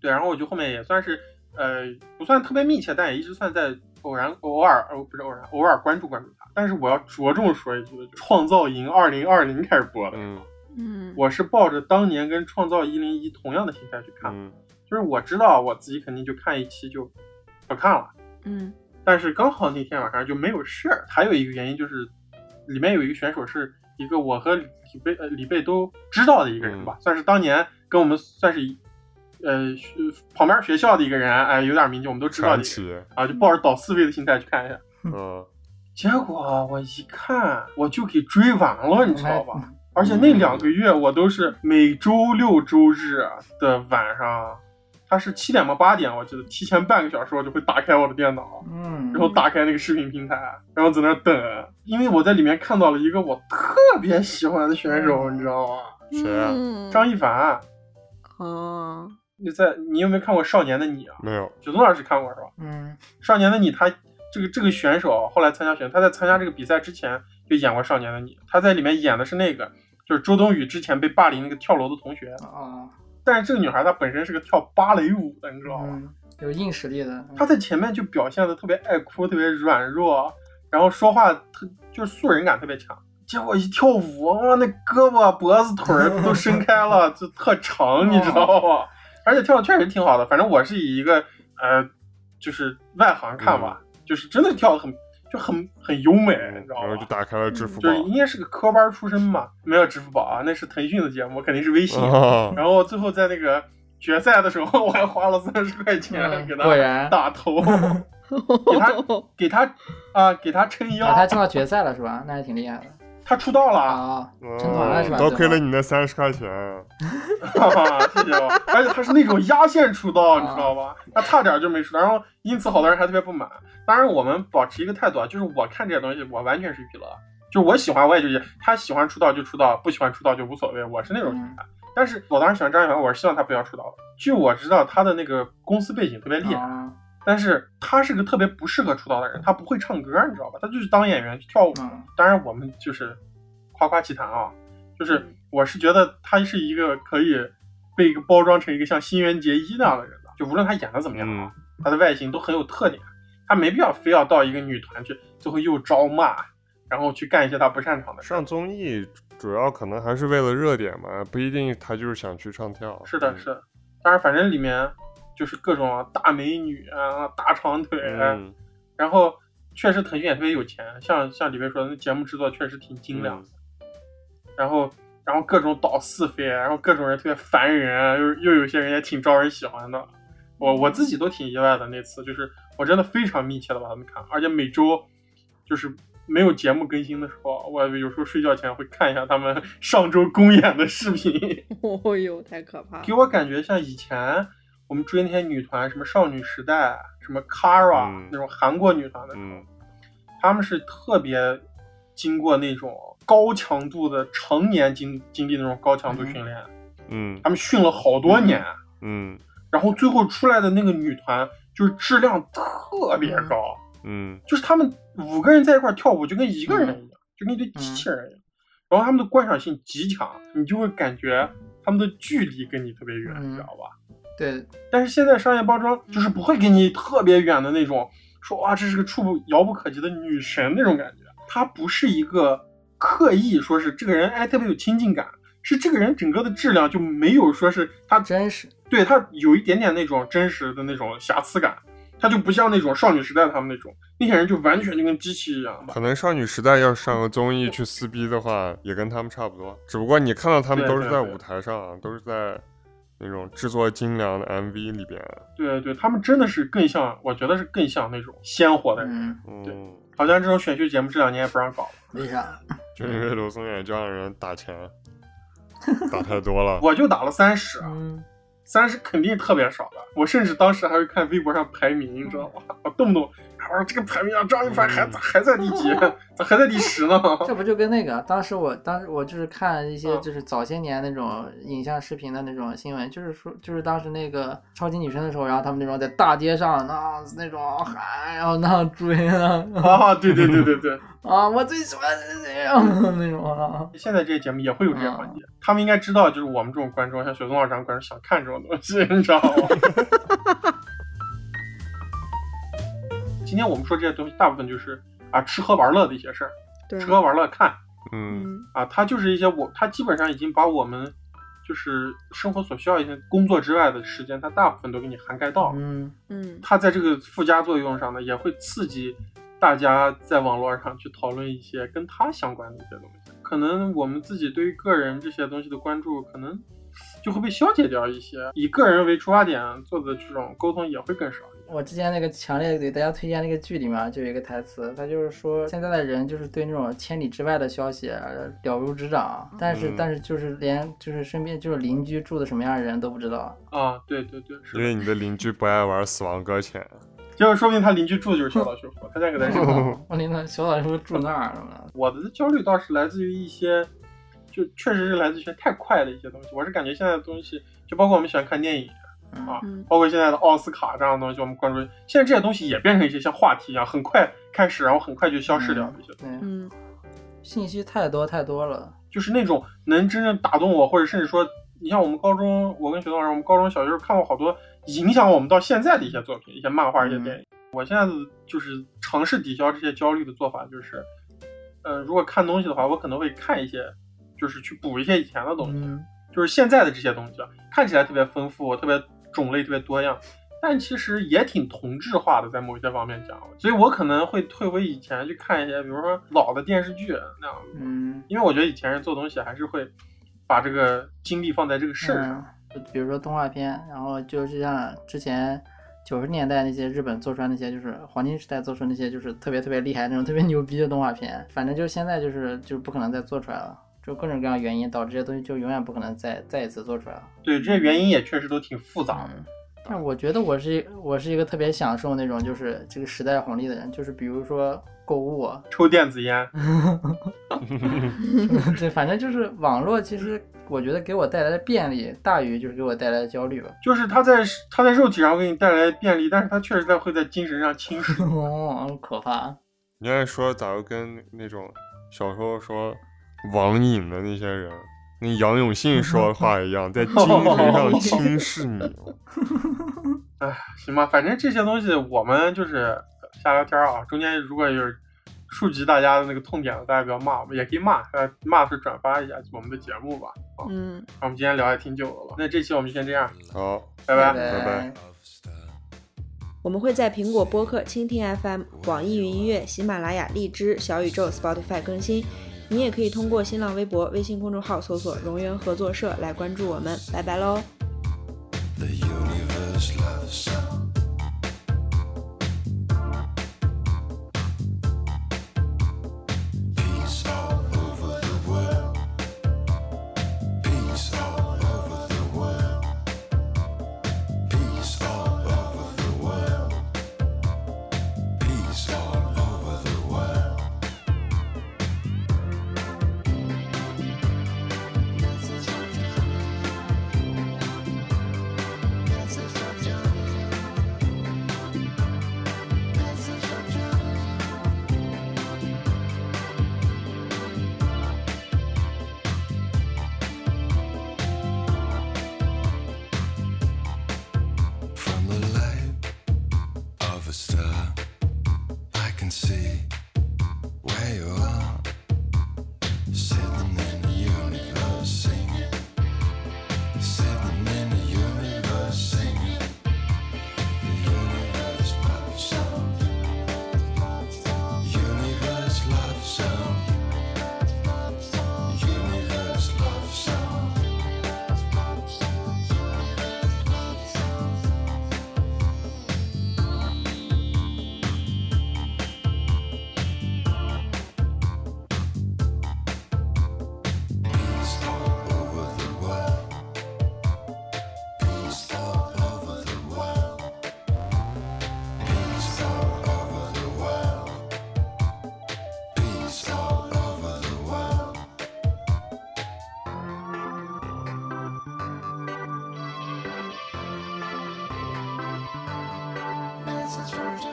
S1: 对，然后我就后面也算是，呃，不算特别密切，但也一直算在偶然、偶尔，哦，不是偶然，偶尔关注关注他。但是我要着重说一句的，就是《创造营二零二零》开始播的，
S3: 嗯
S4: 嗯，
S1: 我是抱着当年跟《创造一零一》同样的心态去看，
S3: 嗯
S1: 就是我知道我自己肯定就看一期就不看了，
S4: 嗯
S1: 但是刚好那天晚上就没有事儿。还有一个原因就是，里面有一个选手是一个我和李贝呃李贝都知道的一个
S3: 嗯
S1: 人吧，算是当年跟我们算是一呃学旁边学校的一个人，哎、有点名气，我们都知道
S3: 传
S1: 的一个人
S3: 奇。
S1: 啊，就抱着倒四位的心态去看一下。
S3: 嗯
S1: 结果我一看，我就给追完了，你知道吧？
S2: 嗯
S1: 而且那两个月我都是每周六周日的晚上，它是七点吧八点，我记得提前半个小时我就会打开我的电脑，
S2: 嗯
S1: 然后打开那个视频平台，然后在那儿等，因为我在里面看到了一个我特别喜欢的选手，
S2: 嗯
S1: 你知道吗？
S3: 谁啊
S4: 嗯
S1: 张一凡。
S4: 哦，
S1: 你在你有没有看过《少年的你》啊？
S3: 没有，
S1: 九东老师看过是吧？
S2: 嗯
S1: 《少年的你》他这个这个选手后来参加选，他在参加这个比赛之前就演过《少年的你》，他在里面演的是那个就是周冬雨之前被霸凌那个跳楼的同学，
S2: 哦
S1: 但是这个女孩她本身是个跳芭蕾舞的，你知道吗？
S2: 嗯，有硬实力的，
S1: 他在前面就表现的特别爱哭，特别软弱，然后说话特就是素人感特别强。结果一跳舞，哇，那胳膊、脖子、腿儿都伸开了，就特长，你知道吗？而且跳的确实挺好的，反正我是以一个呃，就是外行看吧，就是真的跳的很就很很优美，哎你知道
S3: 嗯然后就
S1: 吧？
S3: 打开了支付宝
S1: 就是。应该是个科班出身嘛，没有支付宝啊，那是腾讯的节目，肯定是微信。
S3: 啊，
S1: 然后最后在那个决赛的时候，我还花了三十块钱
S2: 嗯
S1: 给他
S2: 果然
S1: 打头，给他给他啊、给他撑腰，
S2: 啊，他进到决赛了是吧？那还挺厉害的。
S1: 他出道了 啊，
S2: 啊，
S3: 嗯
S2: 成团了是吧？
S3: 多亏了你那三十块钱，啊
S1: 哈哈，谢谢啊！而且他是那种压线出
S2: 啊
S1: 道，你知道吧？他差点就没出道，然后因此好多人还特别不满。当然，我们保持一个态度啊，就是我看这些东西，我完全是娱乐，就是我喜欢我也就是他喜欢出道就出道，不喜欢出道就无所谓，我是那种
S2: 嗯
S1: 人。但是我当时喜欢张一凡，我是希望他不要出道。据我知道，他的那个公司背景特别厉害，
S2: 啊
S1: 但是他是个特别不适合出道的人，他不会唱歌，你知道吧？他就是当演员去跳舞。
S2: 嗯
S1: 当然，我们就是夸夸其谈啊，就是我是觉得他是一个可以被包装成一个像新垣结衣那样的人的，就无论他演的怎么样啊，
S3: 嗯，
S1: 他的外形都很有特点，他没必要非要到一个女团去，最后又招骂，然后去干一些他不擅长的事。
S3: 上综艺主要可能还是为了热点嘛，不一定他就是想去唱跳。
S1: 是的，
S3: 嗯
S1: 是，的，当然反正里面就是各种啊大美女啊、大长腿啊、
S3: 嗯，
S1: 然后确实腾讯也特别有钱，像像李贝说的，那节目制作确实挺精良的。然后然后各种倒是非，然后各种人特别烦人，又又有些人也挺招人喜欢的。我我自己都挺意外的，那次就是我真的非常密切的把他们看，而且每周就是没有节目更新的时候，我有时候睡觉前会看一下他们 上周公演的视频，
S4: 哦哟，太可怕
S1: 给
S4: 了。
S1: 我感觉像以前我们追那些女团，什么少女时代、什么 Kara、
S3: 嗯
S1: 那种韩国女团的时候，
S3: 嗯
S1: 他们是特别经过那种高强度的常年经经历那种高强度训练，
S3: 嗯
S1: 他们训了好多年，
S3: 嗯
S1: 然后最后出来的那个女团就是质量特别高，
S3: 嗯
S1: 就是他们五个人在一块儿跳舞就跟一个人一样，就跟一堆
S3: 嗯
S1: 机器人一样，然后他们的观赏性极强，你就会感觉他们的距离跟你特别远，
S2: 嗯
S1: 你知道吧？
S2: 对，
S1: 但是现在商业包装就是不会给你特别远的那种，说哇这是个触不遥不可及的女神那种感觉，她不是一个刻意说是这个人哎特别有亲近感，是这个人整个的质量就没有说是他
S2: 真是
S1: 对他有一点点那种真实的那种瑕疵感，他就不像那种少女时代他们那种，那些人就完全就跟机器一样吧。
S3: 可能少女时代要上个综艺去撕逼的话，也跟他们差不多，只不过你看到他们
S1: 对
S3: 都是
S1: 对
S3: 在
S1: 对
S3: 舞台上，啊都是在那种制作精良的 MV 里边。啊
S1: 对对，他们真的是更像，我觉得是更像那种鲜活的人。
S2: 嗯，
S1: 对
S3: 嗯，
S1: 好像这种选秀节目这两年也不让搞了。
S2: 为啥？
S3: 就因为刘松远这样的人打钱，打太多了。
S1: 我就打了三十，啊
S2: 嗯，
S1: 三十肯定特别少的。我甚至当时还会看微博上排名，你知道吗？我动不动，我说这个排名啊，张一凡还
S3: 嗯
S1: 还在第几？咋还在第十呢？
S2: 这不就跟那个当时我当时我就是看一些
S1: 哦嗯
S2: 就是早些年那种影像视频的那种新闻，就是说就是当时那个超级女声的时候，然后他们那种在大街上那那种喊，然后那样追啊
S1: 啊，对对对对对，
S2: 啊，我最喜欢谁谁谁 啊那种啊，
S1: 现在这些节目也会有这些环节，他们应该知道，就是我们这种观众，像雪松老师这样的观众想看这种东西，你知道吗？ 今天我们说这些东西，大部分就是啊吃喝玩乐的一些事儿，
S4: 对啊
S1: 吃，喝玩乐看
S3: 嗯，
S4: 嗯，
S1: 啊，它就是一些我，它基本上已经把我们就是生活所需要一些工作之外的时间，它大部分都给你涵盖到了。
S2: 嗯，
S4: 嗯，
S1: 它在这个附加作用上呢，也会刺激大家在网络上去讨论一些跟它相关的一些东西。可能我们自己对于个人这些东西的关注，可能就会被消解掉一些。以个人为出发点做的这种沟通也会更少一点。
S2: 我之前那个强烈给大家推荐那个剧里面就有一个台词，他就是说现在的人就是对那种千里之外的消息呃了如指掌，但是、
S3: 嗯
S2: 但是就是连就是身边就是邻居住的什么样的人都不知道。
S1: 啊，对对对，是
S3: 因
S1: 的。
S3: 为你的邻居不爱玩死亡搁浅，
S1: 结果说不定他邻居住的就是小岛秀夫，他家给他 扔了。
S2: 我那个小岛是不是住那儿什么的？
S1: 我的焦虑倒是来自于一些，就确实是来自于一些太快的一些东西。我是感觉现在的东西，就包括我们喜欢看电影。啊
S4: 嗯，
S1: 包括现在的奥斯卡这样的东西，我们关注，现在这些东西也变成一些像话题一样，很快开始，然后很快就消失掉的一些，
S2: 嗯，对，
S4: 嗯，
S2: 信息太多太多了。
S1: 就是那种能真正打动我，或者甚至说，你像我们高中，我跟学老师，我们高中小学时候看过好多影响我们到现在的一些作品，一些漫画、一些
S2: 嗯
S1: 电影。我现在的就是尝试抵消这些焦虑的做法，就是，呃，如果看东西的话，我可能会看一些，就是去补一些以前的东西。
S2: 嗯，
S1: 就是现在的这些东西啊，看起来特别丰富，特别种类特别多样，但其实也挺同质化的，在某些方面讲。所以我可能会退回以前去看一些，比如说老的电视剧那样子，
S2: 嗯，
S1: 因为我觉得以前人做东西还是会把这个精力放在这个事儿上。
S2: 嗯，比如说动画片，然后就是像之前九十年代那些日本做出来那些，就是黄金时代做出那些，就是特别特别厉害那种特别牛逼的动画片，反正就是现在就是就不可能再做出来了，就各种各样的原因导致这些东西就永远不可能再再一次做出来了。
S1: 对，这些原因也确实都挺复杂的。
S2: 嗯，但我觉得我是我是一个特别享受那种就是这个时代红利的人，就是比如说购物， 啊
S1: 抽电子烟，
S2: 对，反正就是网络，其实我觉得给我带来的便利大于就是给我带来的焦虑吧。
S1: 就是它在它在肉体上给你带来便利，但是它确实在会在精神上侵蚀。
S2: 哦，可怕。
S3: 你按说咋又跟那种小时候说网瘾的那些人，跟杨永信说话一样，在精神上轻视你。哦
S1: 行吧，反正这些东西我们就是瞎聊天儿啊，中间如果有触及大家的那个痛点了，大家不要骂我们，也可以骂，呃，骂是转发一下我们的节目吧。啊，
S4: 嗯，
S1: 那我们今天聊也挺久的了，那这期我们就先这样，
S3: 好，
S1: 拜拜。
S3: 拜拜
S4: 我们会在苹果播客、蜻蜓 FM、网易云音乐、喜马拉雅、荔枝、小宇宙、Spotify 更新。你也可以通过新浪微博、微信公众号搜索“荣源合作社”来关注我们。拜拜喽！
S5: The universe loves. Peace all over the world. Peace all over the world. Peace all over the world. Peace all over the world.
S6: Yes, it's not
S5: message from Japan.